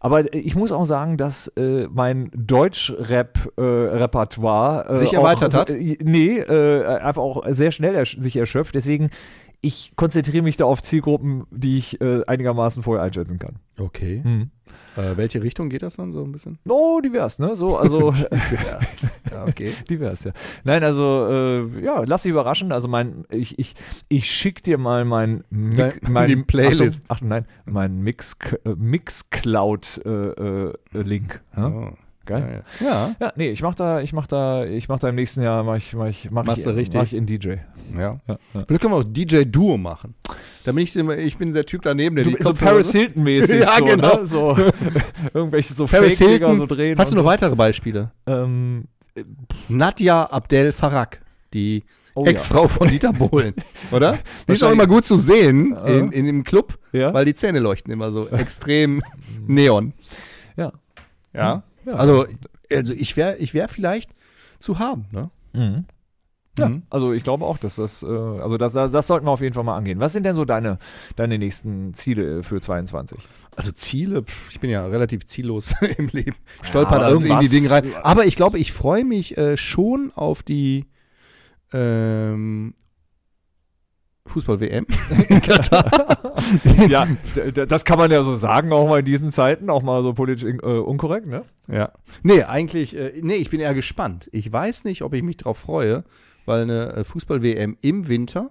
[SPEAKER 1] Aber äh, ich muss auch sagen, dass äh, mein Deutsch-Rap-Repertoire äh,
[SPEAKER 3] Sich
[SPEAKER 1] auch-
[SPEAKER 3] erweitert hat?
[SPEAKER 1] Äh, nee, äh, einfach auch sehr schnell ersch sich erschöpft. Deswegen, ich konzentriere mich da auf Zielgruppen, die ich äh, einigermaßen vorher einschätzen kann.
[SPEAKER 3] Okay.
[SPEAKER 1] Mhm.
[SPEAKER 3] Äh, welche Richtung geht das dann so ein bisschen?
[SPEAKER 1] Oh, divers, ne? So, also
[SPEAKER 3] ja, okay.
[SPEAKER 1] divers, ja. Nein, also äh, ja, lass dich überraschen. Also mein, ich, ich, ich schick dir mal mein, Mix,
[SPEAKER 3] Dein-
[SPEAKER 1] mein
[SPEAKER 3] die Playlist.
[SPEAKER 1] Achtung, Achtung, nein, mein Mix, Mixcloud äh, äh, Link. Ja?
[SPEAKER 3] Oh,
[SPEAKER 1] Geil.
[SPEAKER 3] Ja,
[SPEAKER 1] Ja, nee, ich mach da, ich mach da, ich mach da im nächsten Jahr, mach ich, mach ich, mach
[SPEAKER 3] Machst
[SPEAKER 1] ich,
[SPEAKER 3] du richtig?
[SPEAKER 1] mach ich in DJ. Ja,
[SPEAKER 3] ja.
[SPEAKER 1] ja.
[SPEAKER 3] Vielleicht können wir auch DJ Duo machen. Da bin ich, immer- ich bin der Typ daneben, der
[SPEAKER 1] Du,
[SPEAKER 3] die
[SPEAKER 1] so
[SPEAKER 3] Kopfhörer- ne?
[SPEAKER 1] Paris Hilton mäßig,
[SPEAKER 3] Ja,
[SPEAKER 1] so,
[SPEAKER 3] genau.
[SPEAKER 1] ne? so irgendwelche so
[SPEAKER 3] Paris
[SPEAKER 1] Fake Dinger
[SPEAKER 3] Hilton.
[SPEAKER 1] so drehen.
[SPEAKER 3] Hast du
[SPEAKER 1] und
[SPEAKER 3] noch weitere Beispiele?
[SPEAKER 1] so. ähm,
[SPEAKER 3] Nadja Abdel Farag, die
[SPEAKER 1] oh,
[SPEAKER 3] Ex-Frau von Dieter Bohlen, oder? Die ist auch
[SPEAKER 1] Wahrscheinlich-
[SPEAKER 3] immer gut zu sehen in,
[SPEAKER 1] Äh.
[SPEAKER 3] in dem Club,
[SPEAKER 1] ja. ja,
[SPEAKER 3] weil die Zähne leuchten immer so extrem neon.
[SPEAKER 1] ja,
[SPEAKER 3] Ja.
[SPEAKER 1] ja.
[SPEAKER 3] Also, also ich wäre ich wär vielleicht zu haben, ne?
[SPEAKER 1] mhm. Ja,
[SPEAKER 3] Mhm.
[SPEAKER 1] also ich glaube auch, dass das, äh, also das, das, das sollten wir auf jeden Fall mal angehen. Was sind denn so deine, deine nächsten Ziele für 22?
[SPEAKER 3] Also Ziele, pf, ich bin ja relativ ziellos im Leben. Ich stolper
[SPEAKER 1] aber
[SPEAKER 3] da irgendwie in die Dinge
[SPEAKER 1] irgendwas-
[SPEAKER 3] rein. Aber ich glaube, ich freue mich äh, schon auf die ähm, Fußball-WM.
[SPEAKER 1] ja, d- d- das kann man ja so sagen, auch mal in diesen Zeiten, auch mal so politisch in, äh, unkorrekt, ne?
[SPEAKER 3] Ja. Nee, eigentlich, äh, nee, ich bin eher gespannt. Ich weiß nicht, ob ich mich drauf freue, weil eine äh, Fußball-WM im Winter.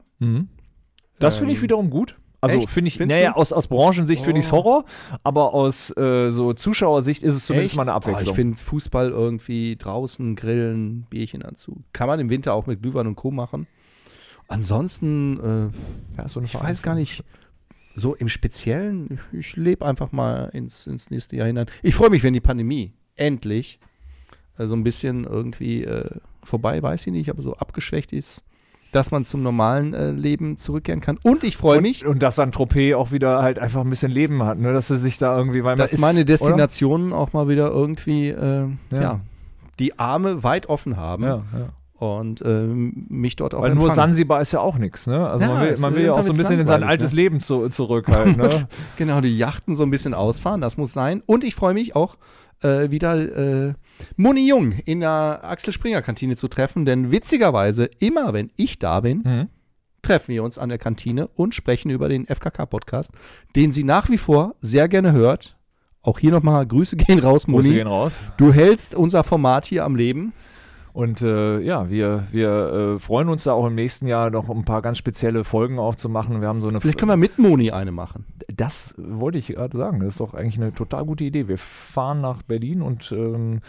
[SPEAKER 1] Das finde ich
[SPEAKER 3] Mhm. Ähm,
[SPEAKER 1] wiederum gut. Also
[SPEAKER 3] echt?
[SPEAKER 1] finde ich,
[SPEAKER 3] Findest
[SPEAKER 1] naja,
[SPEAKER 3] du?
[SPEAKER 1] aus, aus Branchensicht finde ich es
[SPEAKER 3] Oh.
[SPEAKER 1] Horror, aber aus äh, so Zuschauersicht ist es zumindest
[SPEAKER 3] Echt?
[SPEAKER 1] mal eine
[SPEAKER 3] Oh, ich
[SPEAKER 1] Abwechslung.
[SPEAKER 3] finde Fußball irgendwie draußen grillen, Bierchen dazu. Kann man im Winter auch mit Glühwein und Co. machen. Ansonsten, äh,
[SPEAKER 1] ja, so eine
[SPEAKER 3] Ich weiß gar nicht. So im Speziellen, ich, ich lebe einfach mal ins, ins nächste Jahr hinein. Ich freue mich, wenn die Pandemie endlich äh, so ein bisschen irgendwie äh, vorbei, weiß ich nicht, aber so abgeschwächt ist, dass man zum normalen äh, Leben zurückkehren kann. Und ich freue mich,
[SPEAKER 1] Und dass dann Tropez auch wieder halt einfach ein bisschen Leben hat, ne? dass er sich da irgendwie, weil man
[SPEAKER 3] dass
[SPEAKER 1] ist,
[SPEAKER 3] meine
[SPEAKER 1] oder?
[SPEAKER 3] Destinationen auch mal wieder irgendwie, äh,
[SPEAKER 1] Ja.
[SPEAKER 3] ja. die Arme weit offen haben
[SPEAKER 1] Ja, ja.
[SPEAKER 3] und ähm, mich dort auch
[SPEAKER 1] Weil nur
[SPEAKER 3] empfangen.
[SPEAKER 1] Sansibar ist ja auch nichts, ne? Also
[SPEAKER 3] Ja,
[SPEAKER 1] man will,
[SPEAKER 3] es-
[SPEAKER 1] man will ja auch so ein
[SPEAKER 3] damit's
[SPEAKER 1] bisschen in sein
[SPEAKER 3] langweilig,
[SPEAKER 1] altes Leben zu, zurück halt, ne?
[SPEAKER 3] Das- Genau, die Yachten so ein bisschen ausfahren, das muss sein. Und ich freue mich auch äh, wieder äh, Moni Jung in der Axel Springer Kantine zu treffen, denn witzigerweise, immer wenn ich da bin,
[SPEAKER 1] Mhm.
[SPEAKER 3] treffen wir uns an der Kantine und sprechen über den FKK-Podcast, den sie nach wie vor sehr gerne hört. Auch hier nochmal Grüße gehen raus,
[SPEAKER 1] Grüße
[SPEAKER 3] Moni.
[SPEAKER 1] gehen raus.
[SPEAKER 3] Du hältst unser Format hier am Leben.
[SPEAKER 1] Und äh, ja, wir, wir äh, freuen uns da auch im nächsten Jahr noch ein paar ganz spezielle Folgen auch zu machen. Wir haben so eine.
[SPEAKER 3] Vielleicht können wir mit Moni eine machen.
[SPEAKER 1] das wollte ich gerade sagen. Das ist doch eigentlich eine total gute Idee. Wir fahren nach Berlin und ähm,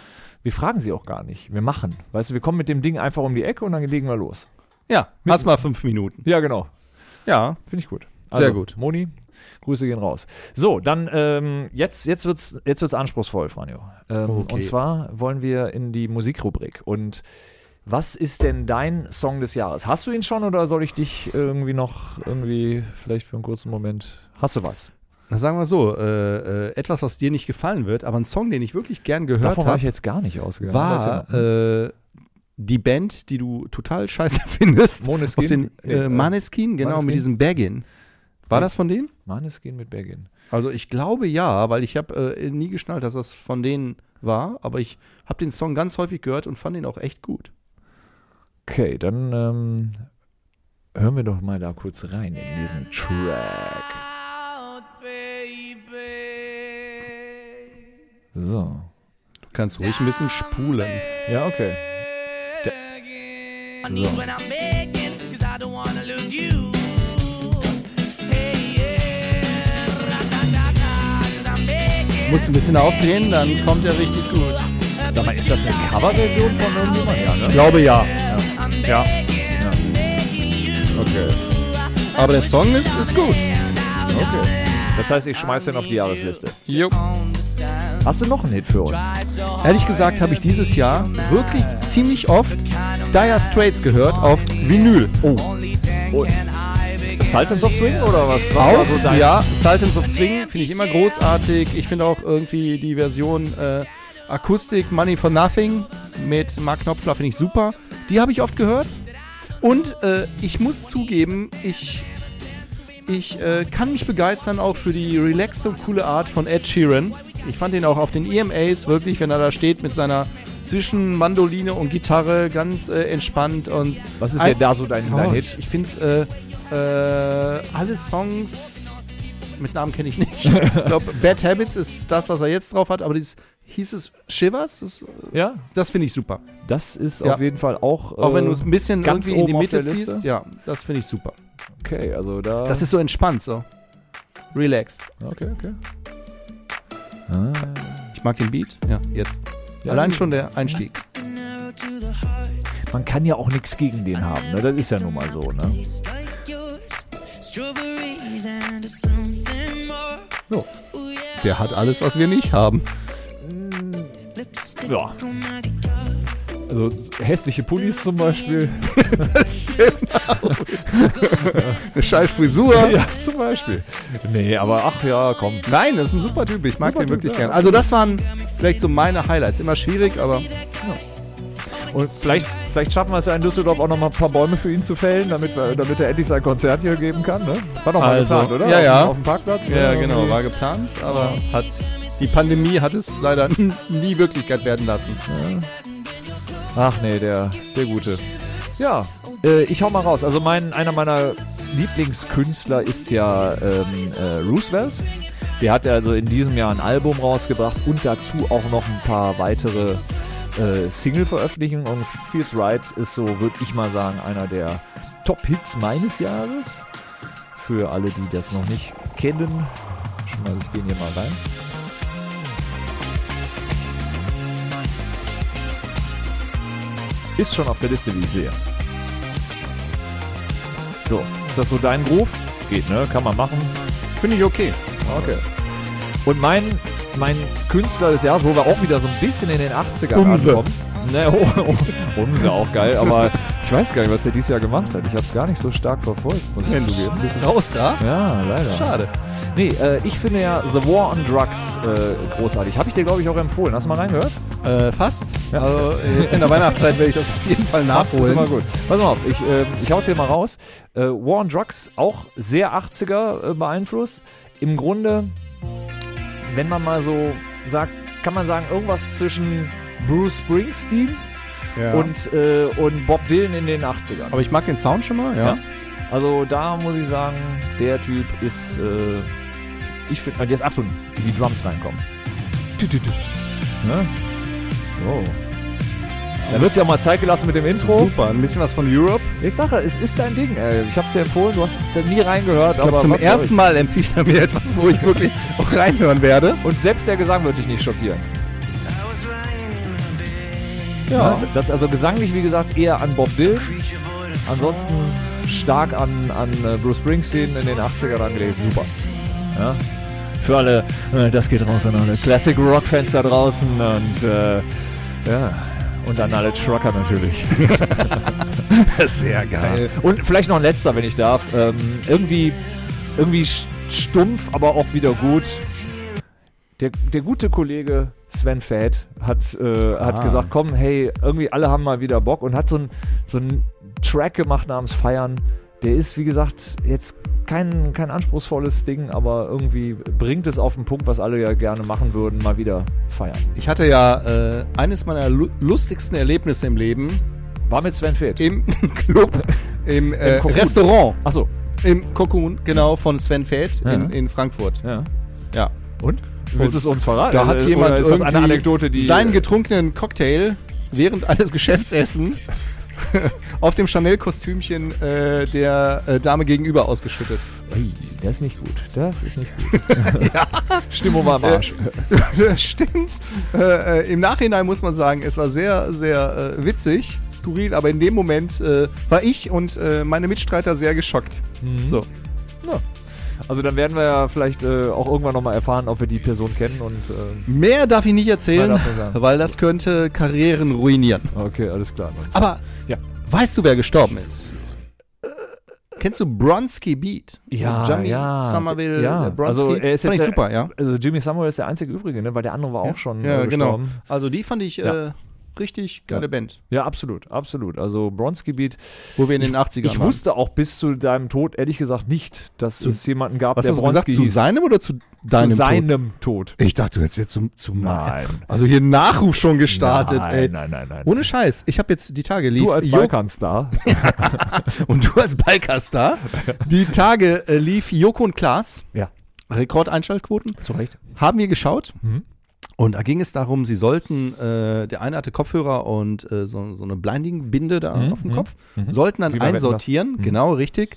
[SPEAKER 1] wir fragen sie auch gar nicht. Wir machen. Weißt du, wir kommen mit dem Ding einfach um die Ecke und dann legen wir los.
[SPEAKER 3] Ja, hast mal fünf Minuten.
[SPEAKER 1] Ja, genau.
[SPEAKER 3] Ja,
[SPEAKER 1] Finde ich gut. Also,
[SPEAKER 3] Sehr gut.
[SPEAKER 1] Moni, Grüße gehen raus. So, dann ähm, jetzt, jetzt wird es jetzt wird's anspruchsvoll, Franjo. Ähm,
[SPEAKER 3] Okay.
[SPEAKER 1] Und zwar wollen wir in die Musikrubrik. Und was ist denn dein Song des Jahres? Hast du ihn schon oder soll ich dich irgendwie noch irgendwie vielleicht für einen kurzen Moment. Hast du was?
[SPEAKER 3] na sagen wir so, äh, äh, etwas, was dir nicht gefallen wird, aber ein Song, den ich wirklich gern gehört
[SPEAKER 1] Davon war
[SPEAKER 3] habe.
[SPEAKER 1] ich jetzt gar nicht ausgegangen.
[SPEAKER 3] war
[SPEAKER 1] Erzähl mal.
[SPEAKER 3] äh, die Band, die du total scheiße findest.
[SPEAKER 1] Måneskin?
[SPEAKER 3] Auf den
[SPEAKER 1] Nee,
[SPEAKER 3] äh, Maneskin, genau,
[SPEAKER 1] Maneskin?
[SPEAKER 3] mit diesem Baggin. War das von denen?
[SPEAKER 1] Maneskin mit Bergin.
[SPEAKER 3] Also ich glaube ja, weil ich habe äh, nie geschnallt, dass das von denen war, aber ich habe den Song ganz häufig gehört und fand ihn auch echt gut.
[SPEAKER 1] Okay, dann ähm, hören wir doch mal da kurz rein in diesen Track. So.
[SPEAKER 3] Du kannst ruhig ein bisschen spulen.
[SPEAKER 1] Ja, okay.
[SPEAKER 6] I need when I'm begging, cause I don't wanna lose you. Hey, yeah. Ra-da-da-da, cause I'm begging.
[SPEAKER 3] Musst ein bisschen aufdrehen, dann kommt er richtig gut.
[SPEAKER 1] Sag mal, ist das eine Coverversion von irgendjemandem? Ja,
[SPEAKER 3] Ich
[SPEAKER 1] ne?
[SPEAKER 3] glaube ja. Ja. Okay. Aber der Song ist, ist gut.
[SPEAKER 1] Okay. Das heißt, ich schmeiß den auf die Jahresliste.
[SPEAKER 3] Jo.
[SPEAKER 1] Hast du noch einen Hit für uns?
[SPEAKER 3] Ehrlich gesagt habe ich dieses Jahr wirklich ziemlich oft Dire Straits gehört auf Vinyl.
[SPEAKER 1] Oh. oh. Sultans of Swing oder was? was war
[SPEAKER 3] Auch,
[SPEAKER 1] so dein-
[SPEAKER 3] ja, Sultans of Swing finde ich immer großartig. Ich finde auch irgendwie die Version äh, Akustik Money for Nothing mit Mark Knopfler finde ich super. Die habe ich oft gehört. Und äh, ich muss zugeben, ich, ich äh, kann mich begeistern auch für die relaxte und coole Art von Ed Sheeran. Ich fand ihn auch auf den EMAs wirklich, wenn er da steht mit seiner zwischen Mandoline und Gitarre ganz äh, entspannt und
[SPEAKER 1] Was ist
[SPEAKER 3] Ein-
[SPEAKER 1] denn da so dein, dein
[SPEAKER 3] Oh,
[SPEAKER 1] Hit?
[SPEAKER 3] Ich finde äh, äh, alle Songs mit Namen kenne ich nicht. Ich glaube, Bad Habits ist das, was er jetzt drauf hat, aber dieses hieß es Shivers? Das,
[SPEAKER 1] Ja,
[SPEAKER 3] das finde ich super.
[SPEAKER 1] das ist
[SPEAKER 3] Ja.
[SPEAKER 1] auf jeden Fall auch.
[SPEAKER 3] Auch wenn
[SPEAKER 1] äh,
[SPEAKER 3] du es ein bisschen
[SPEAKER 1] ganz
[SPEAKER 3] irgendwie in die
[SPEAKER 1] oben auf
[SPEAKER 3] Mitte
[SPEAKER 1] der Liste?
[SPEAKER 3] ziehst, ja, das finde ich super.
[SPEAKER 1] Okay, also da.
[SPEAKER 3] Das ist so entspannt, so. Relaxed.
[SPEAKER 1] Okay, okay. Ah,
[SPEAKER 3] Ich mag den Beat. Ja, jetzt.
[SPEAKER 1] Ja,
[SPEAKER 3] Allein
[SPEAKER 1] gut.
[SPEAKER 3] schon der Einstieg.
[SPEAKER 1] man kann ja auch nichts gegen den haben, ne? Das ist ja nun mal so, ne?
[SPEAKER 3] So. Der hat alles, was wir nicht haben.
[SPEAKER 1] Ja. Also hässliche Pullis zum Beispiel.
[SPEAKER 3] Eine scheiß Frisur.
[SPEAKER 1] Ja, zum Beispiel. Nee, aber ach ja, komm.
[SPEAKER 3] Nein, das ist ein super Typ. Ich mag
[SPEAKER 1] Super
[SPEAKER 3] den
[SPEAKER 1] Typ,
[SPEAKER 3] wirklich
[SPEAKER 1] ja.
[SPEAKER 3] gern. Also das waren vielleicht so meine Highlights. Immer schwierig, aber
[SPEAKER 1] Und vielleicht, vielleicht schaffen wir es ja in Düsseldorf auch noch mal ein paar Bäume für ihn zu fällen, damit, wir, damit er endlich sein Konzert hier geben kann. Ne? War doch mal
[SPEAKER 3] Also,
[SPEAKER 1] geplant, oder?
[SPEAKER 3] ja,
[SPEAKER 1] Auf-
[SPEAKER 3] ja.
[SPEAKER 1] Auf dem Parkplatz.
[SPEAKER 3] Ja,
[SPEAKER 1] ne?
[SPEAKER 3] genau,
[SPEAKER 1] Irgendwie.
[SPEAKER 3] war geplant, aber hat die Pandemie hat es leider nie Wirklichkeit werden lassen.
[SPEAKER 1] Ach nee, der, der Gute. Ja, äh, ich hau mal raus. Also mein, einer meiner Lieblingskünstler ist ja ähm, äh, Roosevelt. Der hat ja also in diesem Jahr ein Album rausgebracht und dazu auch noch ein paar weitere äh, Single-Veröffentlichungen. Und Feels Right ist so, würde ich mal sagen, einer der Top-Hits meines Jahres. Für alle, die das noch nicht kennen, schmeiße ich den hier mal rein. Ist schon auf der Liste, wie ich sehe. So, ist das so dein Groove? Geht, ne? Kann man machen.
[SPEAKER 3] Finde ich okay.
[SPEAKER 1] Okay. Und mein, mein Künstler des Jahres, wo wir auch wieder so ein bisschen in den 80ern
[SPEAKER 3] Umse.
[SPEAKER 1] ankommen. Ne, oh, oh, Umse auch geil, aber ich weiß gar nicht, was der dieses Jahr gemacht hat. Ich habe es gar nicht so stark verfolgt, muss ich
[SPEAKER 3] Mensch,
[SPEAKER 1] zugeben.
[SPEAKER 3] du bist raus da.
[SPEAKER 1] Ja, leider.
[SPEAKER 3] Schade.
[SPEAKER 1] Nee, äh, ich finde ja The War on Drugs äh, großartig. Habe ich dir, glaube ich, auch empfohlen. Hast du mal reingehört?
[SPEAKER 3] Äh, fast. Also jetzt in der Weihnachtszeit werde ich das auf jeden Fall
[SPEAKER 1] Das ist
[SPEAKER 3] nachholen.
[SPEAKER 1] immer gut. Pass mal auf, ich, ähm, ich hau's hier mal raus. Äh, War on Drugs, auch sehr 80er äh, beeinflusst. Im Grunde, wenn man mal so sagt, kann man sagen, irgendwas zwischen Bruce Springsteen
[SPEAKER 3] Ja. Und,
[SPEAKER 1] und, äh, und Bob Dylan in den 80ern.
[SPEAKER 3] aber ich mag den Sound schon mal, ja.
[SPEAKER 1] Ja. Also da muss ich sagen, der Typ ist, äh, ich ah, finde, jetzt Achtung, wie die Drums reinkommen. Tü, tü, tü. Ne? So. Da wird's ja auch mal Zeit gelassen mit dem Intro.
[SPEAKER 3] Super, ein bisschen was von Europe.
[SPEAKER 1] Ich sage, es ist dein Ding. Ey. Ich habe es dir empfohlen, du hast da nie reingehört.
[SPEAKER 3] Ich glaube,
[SPEAKER 1] aber
[SPEAKER 3] zum
[SPEAKER 1] was soll
[SPEAKER 3] ersten Mal empfiehlt er mir etwas, wo ich wirklich auch reinhören werde.
[SPEAKER 1] Ich? Und selbst der Gesang wird dich nicht schockieren. Ja. Das ist also gesanglich, wie gesagt, eher an Bob Dylan. Ansonsten stark an, an äh, Bruce Springsteen in den 80ern angelegt. Super. Ja. Für alle, äh, das geht raus an alle Classic Rock-Fans da draußen und äh, ja. Und an alle Trucker natürlich.
[SPEAKER 3] Sehr geil.
[SPEAKER 1] Und vielleicht noch ein letzter, wenn ich darf. Ähm, irgendwie, irgendwie sch- stumpf, aber auch wieder gut. Der, der gute Kollege Sven Fett hat, äh,
[SPEAKER 3] Ah.
[SPEAKER 1] hat gesagt, komm, hey, irgendwie alle haben mal wieder Bock und hat so einen so einen Track gemacht namens Feiern. Der ist, wie gesagt, jetzt kein, kein anspruchsvolles Ding, aber irgendwie bringt es auf den Punkt, was alle ja gerne machen würden, mal wieder feiern.
[SPEAKER 3] Ich hatte ja äh, eines meiner lu lustigsten Erlebnisse im Leben
[SPEAKER 1] War mit Sven Fett.
[SPEAKER 3] im Club, im, äh,
[SPEAKER 1] Cocoon.
[SPEAKER 3] Restaurant,
[SPEAKER 1] Achso,
[SPEAKER 3] im Cocoon, genau, von Sven Feld
[SPEAKER 1] Ja.
[SPEAKER 3] in, in Frankfurt.
[SPEAKER 1] ja.
[SPEAKER 3] Ja.
[SPEAKER 1] Und? Willst du es uns verraten?
[SPEAKER 3] Da hat
[SPEAKER 1] Äh, Oder
[SPEAKER 3] jemand
[SPEAKER 1] ist das eine
[SPEAKER 3] irgendwie
[SPEAKER 1] Anekdote, die äh,
[SPEAKER 3] seinen getrunkenen Cocktail während eines Geschäftsessen auf dem Chanel-Kostümchen äh, der äh, Dame gegenüber ausgeschüttet.
[SPEAKER 1] Ui, Das ist nicht gut. Das ist nicht gut. Stimmung war am Arsch.
[SPEAKER 3] Stimmt. Äh, äh, Im Nachhinein muss man sagen, es war sehr, sehr äh, witzig, skurril, aber in dem Moment äh, war ich und äh, meine Mitstreiter sehr geschockt. So.
[SPEAKER 1] Also dann werden wir ja vielleicht äh, auch irgendwann nochmal erfahren, ob wir die Person kennen und ähm,
[SPEAKER 3] Mehr darf ich nicht erzählen,
[SPEAKER 1] Mehr darf man sagen.
[SPEAKER 3] weil das könnte Karrieren ruinieren.
[SPEAKER 1] okay, alles klar. Dann-
[SPEAKER 3] Aber
[SPEAKER 1] Ja.
[SPEAKER 3] weißt du, wer gestorben ist? Kennst du Bronski Beat?
[SPEAKER 1] ja,
[SPEAKER 3] Jimmy
[SPEAKER 1] ja,
[SPEAKER 3] Somerville
[SPEAKER 1] ja.
[SPEAKER 3] äh, Bronski.
[SPEAKER 1] Also, er ist
[SPEAKER 3] fand
[SPEAKER 1] jetzt
[SPEAKER 3] ich
[SPEAKER 1] der-
[SPEAKER 3] super, ja.
[SPEAKER 1] Also Jimmy Samuel ist der einzige Übrige, ne? weil der andere war auch schon
[SPEAKER 3] ja,
[SPEAKER 1] äh,
[SPEAKER 3] genau.
[SPEAKER 1] gestorben.
[SPEAKER 3] Also die fand ich
[SPEAKER 1] Ja.
[SPEAKER 3] äh, richtig geile
[SPEAKER 1] Ja.
[SPEAKER 3] Band,
[SPEAKER 1] Ja, absolut, absolut. Also Bronzegebiet.
[SPEAKER 3] wo wir in den 80ern
[SPEAKER 1] Ich
[SPEAKER 3] waren.
[SPEAKER 1] wusste auch bis zu deinem Tod ehrlich gesagt nicht, dass es jemanden gab,
[SPEAKER 3] Was
[SPEAKER 1] der
[SPEAKER 3] hast du gesagt?
[SPEAKER 1] Bronski
[SPEAKER 3] Zu
[SPEAKER 1] hieß.
[SPEAKER 3] seinem oder zu deinem
[SPEAKER 1] zu
[SPEAKER 3] Tod?
[SPEAKER 1] seinem Tod.
[SPEAKER 3] Ich dachte, du hättest jetzt zum, zum
[SPEAKER 1] Nein.
[SPEAKER 3] Also hier Nachruf schon gestartet,
[SPEAKER 1] nein,
[SPEAKER 3] ey.
[SPEAKER 1] nein, nein, nein.
[SPEAKER 3] Ohne Scheiß. Ich habe jetzt die Tage lief
[SPEAKER 1] Du als
[SPEAKER 3] Jo-
[SPEAKER 1] Balkanstar.
[SPEAKER 3] und du als Balkastar. die Tage äh, lief Joko und Klaas.
[SPEAKER 1] ja,
[SPEAKER 3] Rekordeinschaltquoten.
[SPEAKER 1] zu Recht.
[SPEAKER 3] Haben wir geschaut.
[SPEAKER 1] Mhm.
[SPEAKER 3] Und da ging es darum, sie sollten, äh, der eine hatte Kopfhörer und äh, so, so eine Blinding-Binde da
[SPEAKER 1] Mhm,
[SPEAKER 3] auf dem
[SPEAKER 1] mhm,
[SPEAKER 3] Kopf, sollten dann
[SPEAKER 1] Wie bei Wetten, ne? Mhm. dass-
[SPEAKER 3] einsortieren, genau richtig,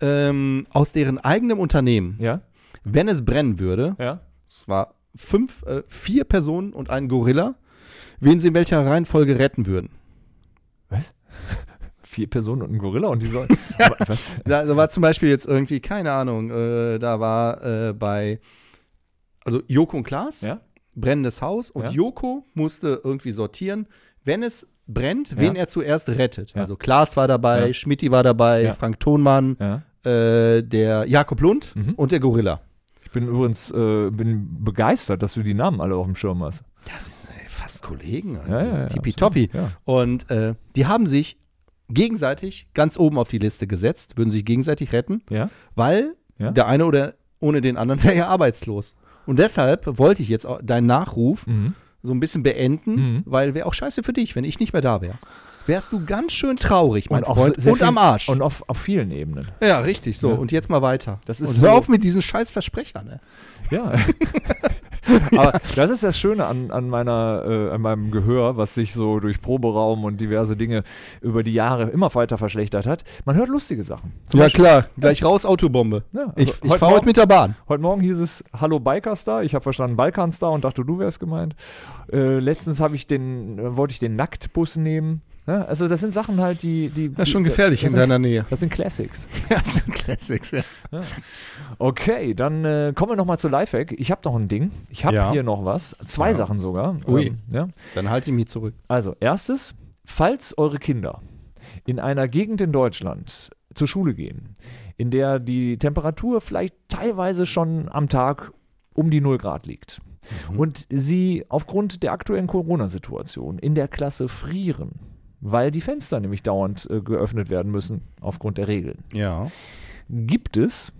[SPEAKER 3] ähm, aus deren eigenem Unternehmen,
[SPEAKER 1] Ja,
[SPEAKER 3] wenn es brennen würde,
[SPEAKER 1] ja.
[SPEAKER 3] Es war fünf, äh, vier Personen und ein Gorilla, wen sie in welcher Reihenfolge retten würden.
[SPEAKER 1] Vier Personen und ein Gorilla und die sollen. Was?
[SPEAKER 3] Da, da war zum Beispiel jetzt irgendwie, keine Ahnung, äh, da war äh, bei, also Joko und Klaas,
[SPEAKER 1] Ja?
[SPEAKER 3] brennendes Haus und
[SPEAKER 1] Ja.
[SPEAKER 3] Joko musste irgendwie sortieren, wenn es brennt, wen
[SPEAKER 1] Ja.
[SPEAKER 3] er zuerst rettet.
[SPEAKER 1] Ja.
[SPEAKER 3] Also Klaas war dabei,
[SPEAKER 1] Ja.
[SPEAKER 3] Schmidti war dabei,
[SPEAKER 1] Ja.
[SPEAKER 3] Frank Thonmann,
[SPEAKER 1] Ja.
[SPEAKER 3] äh, der Jakob Lund
[SPEAKER 1] Mhm.
[SPEAKER 3] und der Gorilla.
[SPEAKER 1] Ich bin übrigens äh, bin begeistert, dass du die Namen alle auf dem Schirm hast.
[SPEAKER 3] Also, fast Kollegen.
[SPEAKER 1] Ja, ja, ja,
[SPEAKER 3] Tippitoppi.
[SPEAKER 1] absolut, ja.
[SPEAKER 3] Und äh, die haben sich gegenseitig ganz oben auf die Liste gesetzt, würden sich gegenseitig retten,
[SPEAKER 1] Ja?
[SPEAKER 3] weil
[SPEAKER 1] Ja.
[SPEAKER 3] der eine oder ohne den anderen wäre ja arbeitslos. Und deshalb wollte ich jetzt auch deinen Nachruf
[SPEAKER 1] Mhm.
[SPEAKER 3] so ein bisschen beenden,
[SPEAKER 1] Mhm.
[SPEAKER 3] weil wäre auch scheiße für dich, wenn ich nicht mehr da wäre. Wärst du ganz schön traurig, mein
[SPEAKER 1] auch
[SPEAKER 3] Freund,
[SPEAKER 1] sehr
[SPEAKER 3] und
[SPEAKER 1] viel-
[SPEAKER 3] am Arsch.
[SPEAKER 1] Und auf, auf vielen Ebenen.
[SPEAKER 3] ja, richtig, so.
[SPEAKER 1] Ja.
[SPEAKER 3] Und jetzt mal weiter.
[SPEAKER 1] Das ist
[SPEAKER 3] und hör
[SPEAKER 1] so-
[SPEAKER 3] auf mit diesen scheiß Versprechern, ne?
[SPEAKER 1] Ja. Aber das ist das Schöne an, an, meiner, äh, an meinem Gehör, was sich so durch Proberaum und diverse Dinge über die Jahre immer weiter verschlechtert hat. Man hört lustige Sachen. Zum
[SPEAKER 3] ja,
[SPEAKER 1] Beispiel,
[SPEAKER 3] klar. Gleich raus, Autobombe.
[SPEAKER 1] Ja, also
[SPEAKER 3] ich ich
[SPEAKER 1] heute
[SPEAKER 3] fahre heute
[SPEAKER 1] Morgen-
[SPEAKER 3] mit der Bahn.
[SPEAKER 1] Heute Morgen hieß es Hallo Bikerstar. Ich habe verstanden Balkanstar und dachte, du wärst gemeint. Äh, letztens habe ich den, äh, wollte ich den Nacktbus nehmen. Ja, also das sind Sachen halt, die, die
[SPEAKER 3] Das ist schon gefährlich in
[SPEAKER 1] sind-
[SPEAKER 3] deiner Nähe.
[SPEAKER 1] Das sind Classics.
[SPEAKER 3] Das sind Also Classics, ja.
[SPEAKER 1] Okay, dann äh, kommen wir nochmal zu Lifehack. Ich habe noch ein Ding. Ich habe
[SPEAKER 3] Ja.
[SPEAKER 1] hier noch was. Zwei Sachen sogar.
[SPEAKER 3] Ui.
[SPEAKER 1] Ähm, ja.
[SPEAKER 3] Dann halte ich mich zurück.
[SPEAKER 1] Also, erstes, falls eure Kinder in einer Gegend in Deutschland zur Schule gehen, in der die Temperatur vielleicht teilweise schon am Tag um die 0 Grad liegt
[SPEAKER 3] Mhm.
[SPEAKER 1] und sie aufgrund der aktuellen Corona-Situation in der Klasse frieren, weil die Fenster nämlich dauernd äh, geöffnet werden müssen aufgrund der Regeln,
[SPEAKER 3] Ja.
[SPEAKER 1] gibt es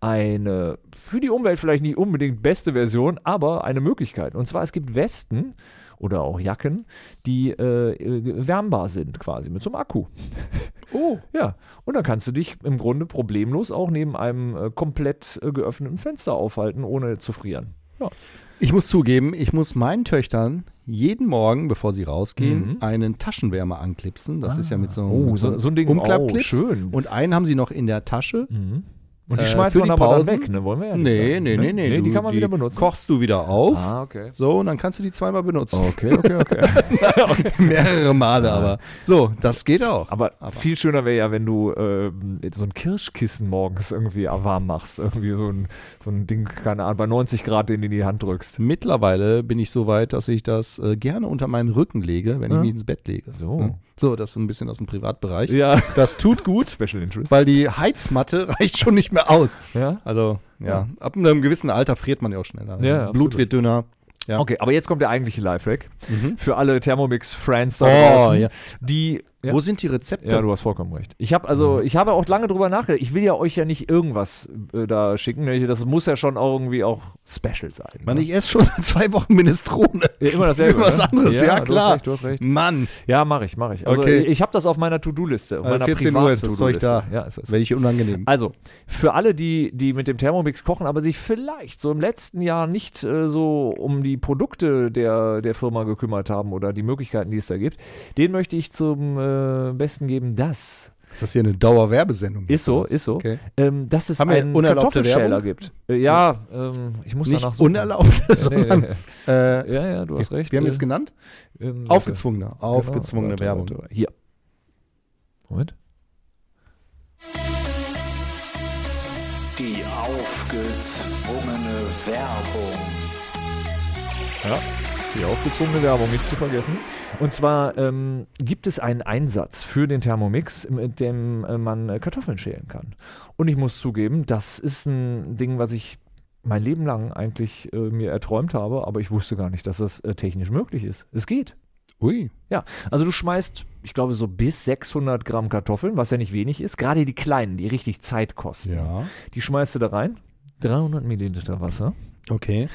[SPEAKER 1] eine für die Umwelt vielleicht nicht unbedingt beste Version, aber eine Möglichkeit. Und zwar es gibt Westen oder auch Jacken, die äh, äh, wärmbar sind quasi mit so einem Akku.
[SPEAKER 3] Oh.
[SPEAKER 1] Ja, und dann kannst du dich im Grunde problemlos auch neben einem äh, komplett äh, geöffneten Fenster aufhalten, ohne zu frieren. Ja.
[SPEAKER 3] Ich muss zugeben, ich muss meinen Töchtern jeden Morgen, bevor sie rausgehen,
[SPEAKER 1] Mhm.
[SPEAKER 3] einen Taschenwärmer anklipsen. Das ist ja mit so einem,
[SPEAKER 1] Oh,
[SPEAKER 3] mit
[SPEAKER 1] so-
[SPEAKER 3] einem
[SPEAKER 1] so ein Ding.
[SPEAKER 3] Umklappclips.
[SPEAKER 1] Oh, schön.
[SPEAKER 3] Und einen haben sie noch in der Tasche.
[SPEAKER 1] Mhm. Und die
[SPEAKER 3] Äh,
[SPEAKER 1] schmeißt
[SPEAKER 3] für
[SPEAKER 1] man
[SPEAKER 3] die
[SPEAKER 1] aber
[SPEAKER 3] Pausen?
[SPEAKER 1] dann weg, ne? Wollen wir ja nicht.
[SPEAKER 3] Nee,
[SPEAKER 1] sagen,
[SPEAKER 3] nee, nee, nee.
[SPEAKER 1] nee. Die
[SPEAKER 3] du-
[SPEAKER 1] kann man wieder benutzen.
[SPEAKER 3] Kochst du wieder auf.
[SPEAKER 1] Ah, okay.
[SPEAKER 3] So, und dann kannst du die zweimal benutzen.
[SPEAKER 1] Okay, okay, okay.
[SPEAKER 3] Mehrere Male aber. So, das geht auch.
[SPEAKER 1] Aber, viel schöner wäre ja, wenn du ähm, so ein Kirschkissen morgens irgendwie warm machst. Irgendwie so ein, so ein Ding, keine Ahnung, bei 90 Grad den in die Hand drückst.
[SPEAKER 3] Mittlerweile bin ich so weit, dass ich das äh, gerne unter meinen Rücken lege, wenn ich
[SPEAKER 1] Ja.
[SPEAKER 3] mich ins Bett lege.
[SPEAKER 1] So.
[SPEAKER 3] Ja. So, das ist ein bisschen aus dem Privatbereich.
[SPEAKER 1] Ja.
[SPEAKER 3] Das tut gut,
[SPEAKER 1] Special Interest.
[SPEAKER 3] weil die Heizmatte reicht schon nicht mehr aus.
[SPEAKER 1] Ja.
[SPEAKER 3] Also, ja, ab einem gewissen Alter friert man ja auch
[SPEAKER 1] Ja,
[SPEAKER 3] schneller. Also,
[SPEAKER 1] absolut.
[SPEAKER 3] Blut wird dünner. Ja.
[SPEAKER 1] Okay, aber jetzt kommt der eigentliche Lifehack
[SPEAKER 3] Mhm.
[SPEAKER 1] für alle Thermomix-Friends da
[SPEAKER 3] Oh,
[SPEAKER 1] draußen,
[SPEAKER 3] ja.
[SPEAKER 1] die ja.
[SPEAKER 3] Wo sind die Rezepte?
[SPEAKER 1] Ja, du hast vollkommen recht. Ich habe also,
[SPEAKER 3] Mhm.
[SPEAKER 1] ich habe auch lange drüber nachgedacht. Ich will ja euch ja nicht irgendwas äh, da schicken. ne? Das muss ja schon auch irgendwie auch special sein.
[SPEAKER 3] Mann,
[SPEAKER 1] ne?
[SPEAKER 3] ich esse schon seit zwei Wochen Minestrone.
[SPEAKER 1] ja, immer dasselbe.
[SPEAKER 3] was
[SPEAKER 1] ne?
[SPEAKER 3] anderes, ja,
[SPEAKER 1] Du hast
[SPEAKER 3] klar.
[SPEAKER 1] recht, du hast recht.
[SPEAKER 3] Mann,
[SPEAKER 1] Ja, mache ich, mache ich. Also
[SPEAKER 3] Okay.
[SPEAKER 1] ich, ich habe das auf meiner To-Do-Liste, auf
[SPEAKER 3] Also
[SPEAKER 1] meiner
[SPEAKER 3] 14 Uhr
[SPEAKER 1] privaten
[SPEAKER 3] ist das Zeug
[SPEAKER 1] To-Do-Liste.
[SPEAKER 3] da.
[SPEAKER 1] Ja, es ist.
[SPEAKER 3] welche unangenehm.
[SPEAKER 1] Also, für alle, die, die mit dem Thermomix kochen, aber sich vielleicht so im letzten Jahr nicht äh, so um die Produkte der, der Firma gekümmert haben oder die Möglichkeiten, die es da gibt, den möchte ich zum äh, Besten geben, dass
[SPEAKER 3] Ist das hier eine Dauerwerbesendung?
[SPEAKER 1] Ist so, ist so.
[SPEAKER 3] Okay.
[SPEAKER 1] Ähm, dass es
[SPEAKER 3] Haben wir
[SPEAKER 1] einen
[SPEAKER 3] unerlaubte
[SPEAKER 1] Kartoffelschäler
[SPEAKER 3] Werbung?
[SPEAKER 1] gibt. Äh, ja, ähm, ich muss danach
[SPEAKER 3] Nicht
[SPEAKER 1] suchen.
[SPEAKER 3] unerlaubt,
[SPEAKER 1] Ja, nee,
[SPEAKER 3] sondern.
[SPEAKER 1] nee.
[SPEAKER 3] Äh,
[SPEAKER 1] ja, ja, Genau, du hast recht.
[SPEAKER 3] Wir haben jetzt
[SPEAKER 1] Äh,
[SPEAKER 3] genannt?
[SPEAKER 1] ähm,
[SPEAKER 3] Aufgezwungene.
[SPEAKER 1] warte,
[SPEAKER 3] Aufgezwungene
[SPEAKER 1] warte,
[SPEAKER 3] Werbung.
[SPEAKER 1] warte, warte. Hier. Moment.
[SPEAKER 7] Die aufgezwungene Werbung.
[SPEAKER 1] Die aufgezwungene Werbung nicht zu vergessen. Und zwar ähm, gibt es einen Einsatz für den Thermomix, mit dem äh, man äh, Kartoffeln schälen kann. Und ich muss zugeben, das ist ein Ding, was ich mein Leben lang eigentlich äh, mir erträumt habe, aber ich wusste gar nicht, dass das äh, technisch möglich ist. Es geht.
[SPEAKER 3] Ui.
[SPEAKER 1] Ja, also du schmeißt, ich glaube, so bis 600 Gramm Kartoffeln, was ja nicht wenig ist. Gerade die kleinen, die richtig Zeit kosten.
[SPEAKER 3] Ja.
[SPEAKER 1] Die schmeißt du da rein. 300 Milliliter Wasser.
[SPEAKER 3] Okay.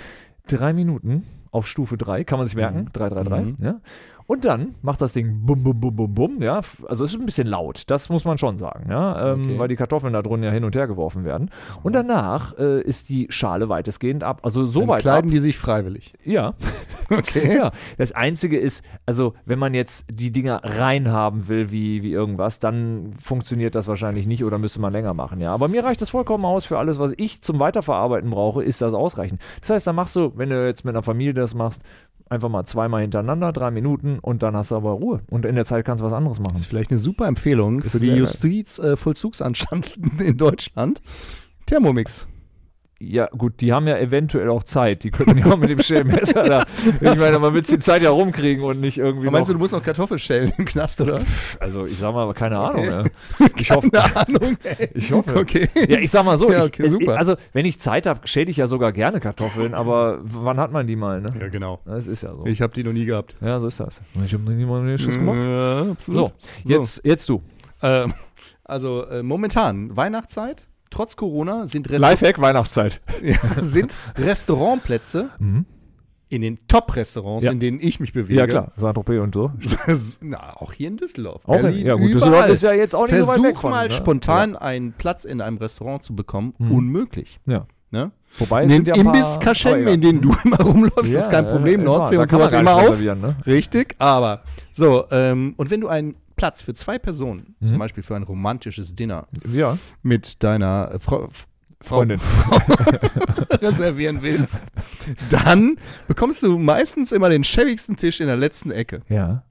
[SPEAKER 1] Drei Minuten auf Stufe 3, kann man sich
[SPEAKER 3] Mhm.
[SPEAKER 1] merken. 3, 3, 3. Ja. Und dann macht das Ding bum, bum, bum, bum, bum. Ja. F- Also es ist ein bisschen laut, das muss man schon sagen. Ja. Ähm,
[SPEAKER 3] Okay.
[SPEAKER 1] Weil die Kartoffeln da drin ja hin und her geworfen werden. Und danach äh, ist die Schale weitestgehend ab. Also so
[SPEAKER 3] Dann
[SPEAKER 1] weit ab.
[SPEAKER 3] kleiden die sich freiwillig.
[SPEAKER 1] Ja.
[SPEAKER 3] Okay.
[SPEAKER 1] Ja, das Einzige ist, also wenn man jetzt die Dinger reinhaben will, wie, wie irgendwas, dann funktioniert das wahrscheinlich nicht oder müsste man länger machen. Ja, aber mir reicht das vollkommen aus für alles, was ich zum Weiterverarbeiten brauche, ist das ausreichend. Das heißt, dann machst du, wenn du jetzt mit einer Familie das machst, einfach mal zweimal hintereinander, drei Minuten und dann hast du aber Ruhe. Und in der Zeit kannst du was anderes machen.
[SPEAKER 3] Das ist vielleicht eine super Empfehlung
[SPEAKER 1] Ist
[SPEAKER 3] für die
[SPEAKER 1] sehr geil.
[SPEAKER 3] Justizvollzugsanstalten äh, Vollzugsanstalten in Deutschland. Thermomix.
[SPEAKER 1] Ja, gut, die haben ja eventuell auch Zeit. Die könnten ja auch mit dem Schellmesser da. Ich meine, man will die Zeit ja rumkriegen und nicht irgendwie.
[SPEAKER 3] Aber meinst du,
[SPEAKER 1] noch,
[SPEAKER 3] du musst noch Kartoffeln schälen im Knast, oder?
[SPEAKER 1] also, ich sag mal, keine Ahnung. Ja.
[SPEAKER 3] Okay.
[SPEAKER 1] Ich hoffe.
[SPEAKER 3] Keine Ahnung. Ey.
[SPEAKER 1] Ich hoffe.
[SPEAKER 3] Okay.
[SPEAKER 1] Ja, ich sag mal so.
[SPEAKER 3] Ja,
[SPEAKER 1] ich-
[SPEAKER 3] okay,
[SPEAKER 1] es-
[SPEAKER 3] super.
[SPEAKER 1] Also, wenn ich Zeit habe, schäle ich ja sogar gerne Kartoffeln, aber wann hat man die mal, ne?
[SPEAKER 3] Ja, genau.
[SPEAKER 1] Das ist ja so.
[SPEAKER 3] Ich Mm, habe die noch nie gehabt.
[SPEAKER 1] ja, so ist das. Ich habe niemanden den Schuss gemacht.
[SPEAKER 3] Ja,
[SPEAKER 1] So,
[SPEAKER 3] absolut.
[SPEAKER 1] jetzt, jetzt du.
[SPEAKER 3] Ähm, also äh, momentan, Weihnachtszeit, trotz Corona, sind, Rest
[SPEAKER 1] Lifehack Weihnachtszeit.
[SPEAKER 3] sind Restaurantplätze in den Top-Restaurants,
[SPEAKER 1] Mhm. Ja.
[SPEAKER 3] in denen ich mich bewege.
[SPEAKER 1] Ja, klar. Saint-Tropez und so.
[SPEAKER 3] Na, auch hier in Düsseldorf.
[SPEAKER 1] Auch
[SPEAKER 3] Berlin,
[SPEAKER 1] in- ja, gut,
[SPEAKER 3] überall.
[SPEAKER 1] Düsseldorf ist ja jetzt auch nicht so weit
[SPEAKER 3] Versuch
[SPEAKER 1] weg von,
[SPEAKER 3] mal
[SPEAKER 1] ne?
[SPEAKER 3] spontan einen Platz in einem Restaurant zu bekommen. Unmöglich.
[SPEAKER 1] Ja.
[SPEAKER 3] Ne?
[SPEAKER 1] Wobei es
[SPEAKER 3] In den
[SPEAKER 1] sind ja ein paar-
[SPEAKER 3] imbiss
[SPEAKER 1] aber
[SPEAKER 3] kaschemme
[SPEAKER 1] egal.
[SPEAKER 3] in denen du immer rumläufst,
[SPEAKER 1] Ja,
[SPEAKER 3] ist kein
[SPEAKER 1] ja,
[SPEAKER 3] Problem.
[SPEAKER 1] ist wahr.
[SPEAKER 3] Nordsee
[SPEAKER 1] Da
[SPEAKER 3] und
[SPEAKER 1] kann
[SPEAKER 3] so
[SPEAKER 1] man gar
[SPEAKER 3] weiter
[SPEAKER 1] nicht
[SPEAKER 3] immer auf.
[SPEAKER 1] reservieren, ne?
[SPEAKER 3] Richtig, aber so. Ähm, und wenn du einen Platz für zwei Personen,
[SPEAKER 1] Mhm.
[SPEAKER 3] zum Beispiel für ein romantisches Dinner
[SPEAKER 1] ne? Ja.
[SPEAKER 3] mit deiner äh, Frau,
[SPEAKER 1] Freundin.
[SPEAKER 3] reservieren willst, dann bekommst du meistens immer den schäbigsten Tisch in der letzten Ecke.
[SPEAKER 1] Ja.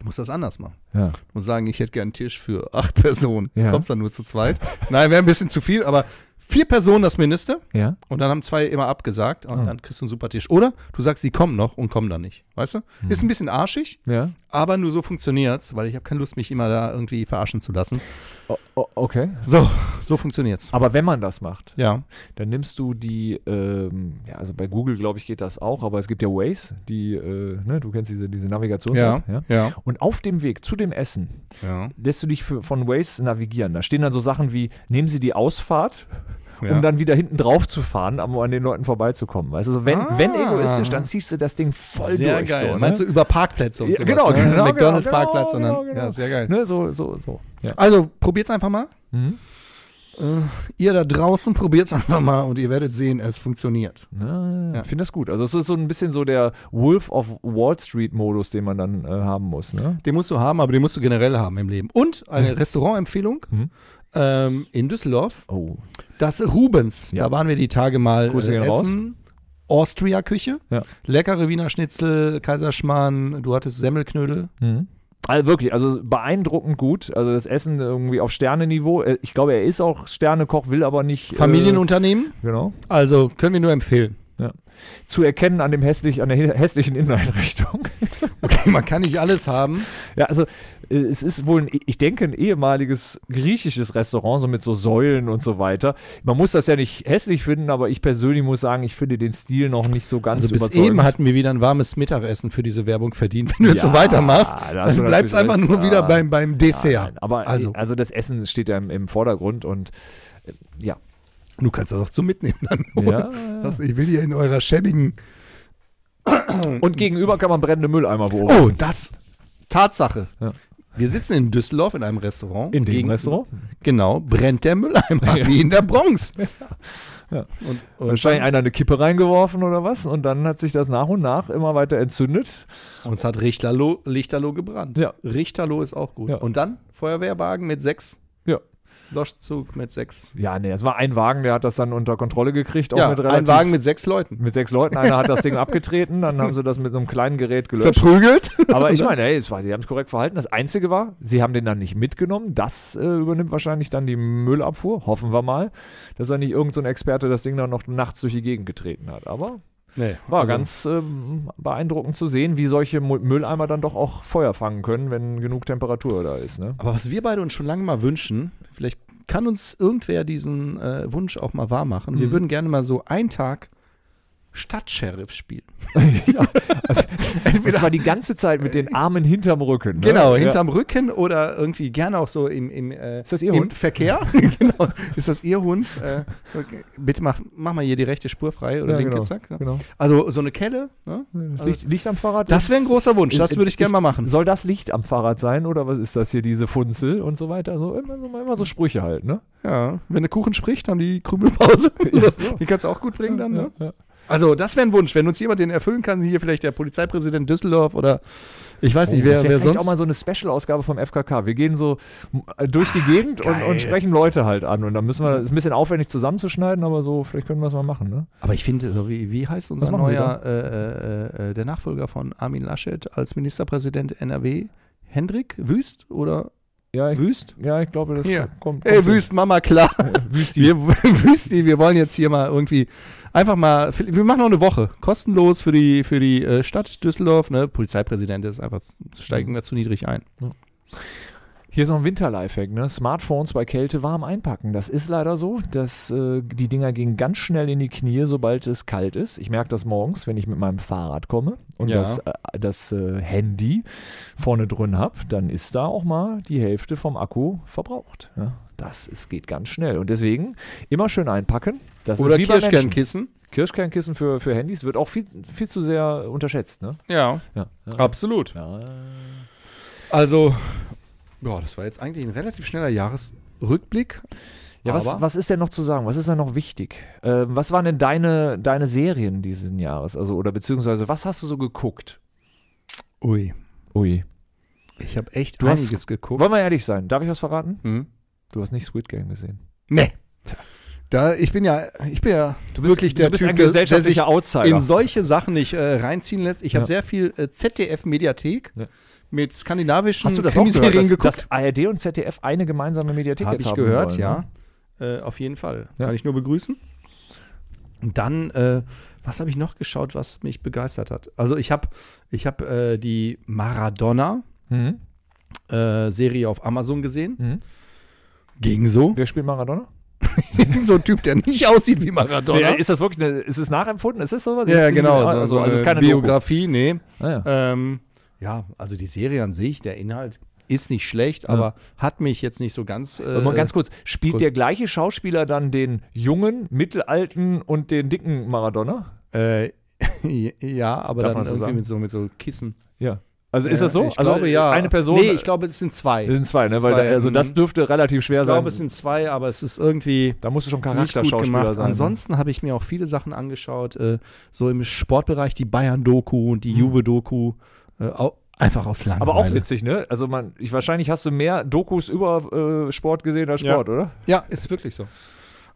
[SPEAKER 3] Du musst das anders machen.
[SPEAKER 1] Ja.
[SPEAKER 3] Du musst sagen, ich hätte gern einen Tisch für acht Personen.
[SPEAKER 1] Ja.
[SPEAKER 3] Du kommst dann nur zu zweit. Nein, wäre ein bisschen zu viel, aber vier Personen das Mindeste.
[SPEAKER 1] Ja.
[SPEAKER 3] Und dann haben zwei immer abgesagt
[SPEAKER 1] Hm.
[SPEAKER 3] und dann kriegst du einen super Tisch. Oder du sagst, sie kommen noch und kommen dann nicht. Weißt du?
[SPEAKER 1] Hm.
[SPEAKER 3] Ist ein bisschen arschig,
[SPEAKER 1] Ja.
[SPEAKER 3] aber nur so funktioniert's, weil ich habe keine Lust, mich immer da irgendwie verarschen zu lassen. Oh,
[SPEAKER 1] O o- okay.
[SPEAKER 3] So, so funktioniert's.
[SPEAKER 1] Aber wenn man das macht,
[SPEAKER 3] Ja.
[SPEAKER 1] dann nimmst du die, ähm, ja, also bei Google, glaube ich, geht das auch, aber es gibt ja Waze, die, äh, ne, du kennst diese, diese
[SPEAKER 3] Ja.
[SPEAKER 1] Navigations-App,
[SPEAKER 3] Ja. ja.
[SPEAKER 1] Und auf dem Weg zu dem Essen lässt du dich für, von Waze navigieren. Da stehen dann so Sachen wie, nehmen Sie die Ausfahrt, um
[SPEAKER 3] Ja.
[SPEAKER 1] dann wieder hinten drauf zu fahren, um an den Leuten vorbeizukommen. Weißt du, so wenn, wenn egoistisch, dann ziehst du das Ding voll
[SPEAKER 3] Ah. Sehr
[SPEAKER 1] durch.
[SPEAKER 3] geil.
[SPEAKER 1] So, ne?
[SPEAKER 3] Meinst du über Parkplätze und
[SPEAKER 1] Ja,
[SPEAKER 3] sowas,
[SPEAKER 1] genau,
[SPEAKER 3] ne?
[SPEAKER 1] genau,
[SPEAKER 3] McDonalds
[SPEAKER 1] genau,
[SPEAKER 3] Parkplatz und
[SPEAKER 1] genau,
[SPEAKER 3] dann,
[SPEAKER 1] genau.
[SPEAKER 3] ja, sehr geil.
[SPEAKER 1] Ne, so, so, so. Ja.
[SPEAKER 3] Also probiert's einfach mal.
[SPEAKER 1] Mhm.
[SPEAKER 3] Äh, ihr da draußen probiert's einfach mal und ihr werdet sehen, es funktioniert.
[SPEAKER 1] Mhm. Na,
[SPEAKER 3] Ja.
[SPEAKER 1] Ich finde das gut. Also es ist so ein bisschen so der Wolf of Wall Street Modus, den man dann äh, haben muss. Ne?
[SPEAKER 3] Den musst du haben, aber den musst du generell haben im Leben. Und eine Restaurantempfehlung
[SPEAKER 1] Mhm.
[SPEAKER 3] ähm, in Düsseldorf,
[SPEAKER 1] Oh,
[SPEAKER 3] das Rubens.
[SPEAKER 1] Ja.
[SPEAKER 3] Da waren wir die Tage mal
[SPEAKER 1] Grüße
[SPEAKER 3] äh,
[SPEAKER 1] gehen raus.
[SPEAKER 3] essen. Austria-Küche,
[SPEAKER 1] Ja.
[SPEAKER 3] leckere Wiener Schnitzel, Kaiserschmarrn, du hattest Semmelknödel.
[SPEAKER 1] Mhm. Also wirklich, also beeindruckend gut. Also das Essen irgendwie auf Sterneniveau. Äh, Ich glaube, er ist auch Sternekoch, will aber nicht.
[SPEAKER 3] Familienunternehmen,
[SPEAKER 1] Äh, genau.
[SPEAKER 3] also können wir nur empfehlen.
[SPEAKER 1] Zu erkennen an dem hässlich, an der hä- hässlichen Inneneinrichtung.
[SPEAKER 3] Okay, man kann nicht alles haben.
[SPEAKER 1] ja, also äh, es ist wohl, ein, ich denke, ein ehemaliges griechisches Restaurant, so mit so Säulen und so weiter. Man muss das ja nicht hässlich finden, aber ich persönlich muss sagen, ich finde den Stil noch nicht so ganz
[SPEAKER 3] Also bis
[SPEAKER 1] überzeugend.
[SPEAKER 3] eben hatten wir wieder ein warmes Mittagessen für diese Werbung verdient. Wenn du jetzt so
[SPEAKER 1] Ja,
[SPEAKER 3] weitermachst,
[SPEAKER 1] da hast
[SPEAKER 3] dann
[SPEAKER 1] du
[SPEAKER 3] bleibst
[SPEAKER 1] natürlich
[SPEAKER 3] einfach
[SPEAKER 1] recht.
[SPEAKER 3] nur wieder
[SPEAKER 1] Ja.
[SPEAKER 3] beim, beim Dessert.
[SPEAKER 1] Nein, aber also.
[SPEAKER 3] also,
[SPEAKER 1] also das Essen steht ja im, im Vordergrund und äh, ja.
[SPEAKER 3] du kannst das auch zum Mitnehmen dann.
[SPEAKER 1] ja.
[SPEAKER 3] Das, ich will hier in eurer schäbigen.
[SPEAKER 1] Und gegenüber kann man brennende Mülleimer beobachten.
[SPEAKER 3] Oh, das. Tatsache.
[SPEAKER 1] Ja.
[SPEAKER 3] Wir sitzen in Düsseldorf in einem Restaurant.
[SPEAKER 1] In dem
[SPEAKER 3] Gegen-
[SPEAKER 1] Restaurant?
[SPEAKER 3] Genau, brennt der Mülleimer, wie in der Bronx. Und, und,
[SPEAKER 1] Wahrscheinlich einer eine Kippe reingeworfen oder was und dann hat sich das nach und nach immer weiter entzündet.
[SPEAKER 3] uns hat Richterloh, Lichterloh gebrannt.
[SPEAKER 1] Ja.
[SPEAKER 3] Richterloh ist auch gut.
[SPEAKER 1] Ja.
[SPEAKER 3] Und dann Feuerwehrwagen mit sechs.
[SPEAKER 1] Ja.
[SPEAKER 3] Loschzug mit sechs.
[SPEAKER 1] Ja, nee, es war ein Wagen, der hat das dann unter Kontrolle gekriegt, auch
[SPEAKER 3] ja,
[SPEAKER 1] mit
[SPEAKER 3] ein
[SPEAKER 1] relativ
[SPEAKER 3] Wagen mit sechs Leuten.
[SPEAKER 1] mit sechs Leuten, einer hat das Ding abgetreten, dann haben sie das mit einem kleinen Gerät gelöscht.
[SPEAKER 3] Verprügelt.
[SPEAKER 1] Aber ich meine, hey, es war, die haben es korrekt verhalten. Das Einzige war, sie haben den dann nicht mitgenommen. Das äh, übernimmt wahrscheinlich dann die Müllabfuhr, hoffen wir mal, dass da nicht irgendein so ein Experte das Ding dann noch nachts durch die Gegend getreten hat. Aber
[SPEAKER 3] Nee,
[SPEAKER 1] war
[SPEAKER 3] also-
[SPEAKER 1] ganz ähm, beeindruckend zu sehen, wie solche Mu- Mülleimer dann doch auch Feuer fangen können, wenn genug Temperatur da ist. Ne?
[SPEAKER 3] Aber was wir beide uns schon lange mal wünschen, vielleicht kann uns irgendwer diesen äh, Wunsch auch mal wahr machen.
[SPEAKER 1] Mhm.
[SPEAKER 3] Wir würden gerne mal so einen Tag Stadtsheriff spielen.
[SPEAKER 1] Also, Und zwar die ganze Zeit mit den Armen hinterm Rücken. Ne?
[SPEAKER 3] Genau,
[SPEAKER 1] Ja.
[SPEAKER 3] hinterm Rücken oder irgendwie gerne auch so im, im, äh,
[SPEAKER 1] Ist das Ihr
[SPEAKER 3] im
[SPEAKER 1] Hund?
[SPEAKER 3] Verkehr. genau. Ist das Ihr Hund? Äh, okay. Bitte mach, mach mal hier die rechte Spur frei oder
[SPEAKER 1] Ja,
[SPEAKER 3] linke
[SPEAKER 1] genau,
[SPEAKER 3] Zack. Ja.
[SPEAKER 1] genau.
[SPEAKER 3] Also so eine Kelle. Ne?
[SPEAKER 1] Das Licht, Licht am Fahrrad.
[SPEAKER 3] Das wäre ein
[SPEAKER 1] ist-
[SPEAKER 3] großer Wunsch, das
[SPEAKER 1] ist-
[SPEAKER 3] würde ich gerne
[SPEAKER 1] ist-
[SPEAKER 3] mal machen.
[SPEAKER 1] Soll das Licht am Fahrrad sein oder was ist das hier, diese Funzel und so weiter? So immer, so, immer so Sprüche halt, ne?
[SPEAKER 3] Ja. Wenn der Kuchen spricht, haben die Krümelpause. Die kannst du auch gut bringen dann. Ne?
[SPEAKER 1] Ja.
[SPEAKER 3] Also, das wäre ein Wunsch. Wenn uns jemand den erfüllen kann, hier vielleicht der Polizeipräsident Düsseldorf oder ich weiß nicht,
[SPEAKER 1] Oh,
[SPEAKER 3] wer,
[SPEAKER 1] das wär
[SPEAKER 3] wer
[SPEAKER 1] vielleicht
[SPEAKER 3] sonst.
[SPEAKER 1] auch mal so eine Special-Ausgabe vom FKK. Wir gehen so äh, durch die Gegend und, und sprechen Leute halt an. Und dann müssen wir, ist ein bisschen aufwendig zusammenzuschneiden, aber so, vielleicht können wir es mal machen, ne?
[SPEAKER 3] Aber ich finde, so wie, wie heißt unser
[SPEAKER 1] Was machen wir
[SPEAKER 3] neuer, äh, äh, äh, der Nachfolger von Armin Laschet als Ministerpräsident NRW? Hendrik Wüst oder
[SPEAKER 1] Ja, ich,
[SPEAKER 3] Wüst?
[SPEAKER 1] ja, ich glaube, das
[SPEAKER 3] Ja.
[SPEAKER 1] kommt. kommt
[SPEAKER 3] Ey,
[SPEAKER 1] schon.
[SPEAKER 3] Wüst, Mama, klar.
[SPEAKER 1] Wüsti.
[SPEAKER 3] Wir, Wüsti, wir wollen jetzt hier mal irgendwie einfach mal, wir machen noch eine Woche, kostenlos für die, für die äh, Stadt Düsseldorf, ne, Polizeipräsident ist einfach, steigen wir zu niedrig ein.
[SPEAKER 1] Hier ist noch ein Winter-Lifehack, ne? Smartphones bei Kälte warm einpacken. Das ist leider so, dass äh, die Dinger gehen ganz schnell in die Knie, sobald es kalt ist. Ich merke das morgens, wenn ich mit meinem Fahrrad komme und
[SPEAKER 3] Ja.
[SPEAKER 1] das, äh, das äh, Handy vorne drin habe, dann ist da auch mal die Hälfte vom Akku verbraucht. Ja? Das ist, geht ganz schnell. Und deswegen immer schön einpacken. Das
[SPEAKER 3] Oder
[SPEAKER 1] ist wie bei Menschen.
[SPEAKER 3] Kirschkernkissen.
[SPEAKER 1] Kirschkernkissen für, für Handys wird auch viel, viel zu sehr unterschätzt, ne?
[SPEAKER 3] Ja,
[SPEAKER 1] Ja.
[SPEAKER 3] absolut.
[SPEAKER 1] ja.
[SPEAKER 3] Also, ja, das war jetzt eigentlich ein relativ schneller Jahresrückblick.
[SPEAKER 1] Ja, was,
[SPEAKER 3] Aber-
[SPEAKER 1] was ist denn noch zu sagen? Was ist denn noch wichtig? Ähm, was waren denn deine, deine Serien diesen Jahres? Also, oder beziehungsweise, was hast du so geguckt?
[SPEAKER 3] Ui,
[SPEAKER 1] Ui.
[SPEAKER 3] ich habe echt
[SPEAKER 1] Du hast-
[SPEAKER 3] geguckt.
[SPEAKER 1] Wollen wir ehrlich sein? Darf ich was verraten?
[SPEAKER 3] Hm?
[SPEAKER 1] Du hast nicht Squid Game gesehen.
[SPEAKER 3] Nee. Da, ich bin ja, ich bin ja wirklich der
[SPEAKER 1] du bist
[SPEAKER 3] Typ,
[SPEAKER 1] ein
[SPEAKER 3] der- der
[SPEAKER 1] gesellschaftlicher
[SPEAKER 3] sich
[SPEAKER 1] Outsider.
[SPEAKER 3] in solche Sachen nicht äh, reinziehen lässt. Ich habe
[SPEAKER 1] Ja.
[SPEAKER 3] sehr viel äh, ZDF-Mediathek
[SPEAKER 1] Ja.
[SPEAKER 3] mit skandinavischen
[SPEAKER 1] hast du das auch gehört, dass, dass ARD und ZDF eine gemeinsame Mediathek
[SPEAKER 3] Habe
[SPEAKER 1] jetzt
[SPEAKER 3] ich
[SPEAKER 1] haben
[SPEAKER 3] gehört,
[SPEAKER 1] wollen,
[SPEAKER 3] ja.
[SPEAKER 1] Ne?
[SPEAKER 3] Äh, auf jeden Fall.
[SPEAKER 1] Ja.
[SPEAKER 3] Kann ich nur begrüßen. Und dann, äh, was habe ich noch geschaut, was mich begeistert hat? Also ich habe ich hab, äh, die Maradona-Serie
[SPEAKER 1] Mhm.
[SPEAKER 3] auf Amazon gesehen.
[SPEAKER 1] Mhm.
[SPEAKER 3] Ging so.
[SPEAKER 1] Wer spielt Maradona?
[SPEAKER 3] so ein Typ, der nicht aussieht wie Maradona.
[SPEAKER 1] Nee, ist das wirklich eine, ist es nachempfunden? Ist das sowas?
[SPEAKER 3] ja,
[SPEAKER 1] Ist-
[SPEAKER 3] genau. So,
[SPEAKER 1] Also,
[SPEAKER 3] so
[SPEAKER 1] also es ist
[SPEAKER 3] eine
[SPEAKER 1] keine
[SPEAKER 3] Biografie, nee.
[SPEAKER 1] Doku. Ah, ja.
[SPEAKER 3] Ähm, ja, also die Serie an sich, der Inhalt ist nicht schlecht, aber hat mich jetzt nicht so ganz. Äh,
[SPEAKER 1] Aber mal ganz kurz, spielt
[SPEAKER 3] gut.
[SPEAKER 1] der gleiche Schauspieler dann den jungen, mittelalten und den dicken Maradona?
[SPEAKER 3] äh, ja, aber
[SPEAKER 1] Darf man
[SPEAKER 3] dann
[SPEAKER 1] das so
[SPEAKER 3] irgendwie
[SPEAKER 1] sagen?
[SPEAKER 3] mit so, mit so Kissen.
[SPEAKER 1] Ja. Also ist das so?
[SPEAKER 3] Ich
[SPEAKER 1] also
[SPEAKER 3] glaube, ja.
[SPEAKER 1] eine Person.
[SPEAKER 3] Nee, ich glaube, es sind zwei.
[SPEAKER 1] das sind zwei, ne? Weil
[SPEAKER 3] zwei,
[SPEAKER 1] da, also das
[SPEAKER 3] mhm.
[SPEAKER 1] dürfte relativ schwer
[SPEAKER 3] ich glaube, es
[SPEAKER 1] sein.
[SPEAKER 3] sind zwei, aber es ist irgendwie
[SPEAKER 1] Da musst du schon
[SPEAKER 3] nicht gut
[SPEAKER 1] Charakterschauspieler
[SPEAKER 3] gemacht.
[SPEAKER 1] sein.
[SPEAKER 3] Ansonsten habe ich mir auch viele Sachen angeschaut, äh, so im Sportbereich, die Bayern-Doku und die Juve-Doku, äh, au- einfach aus Langeweile.
[SPEAKER 1] Mhm. aber auch witzig, ne? Also man, ich, wahrscheinlich hast du mehr Dokus über äh, Sport gesehen als
[SPEAKER 3] Ja.
[SPEAKER 1] Sport, oder?
[SPEAKER 3] Ja, ist wirklich so.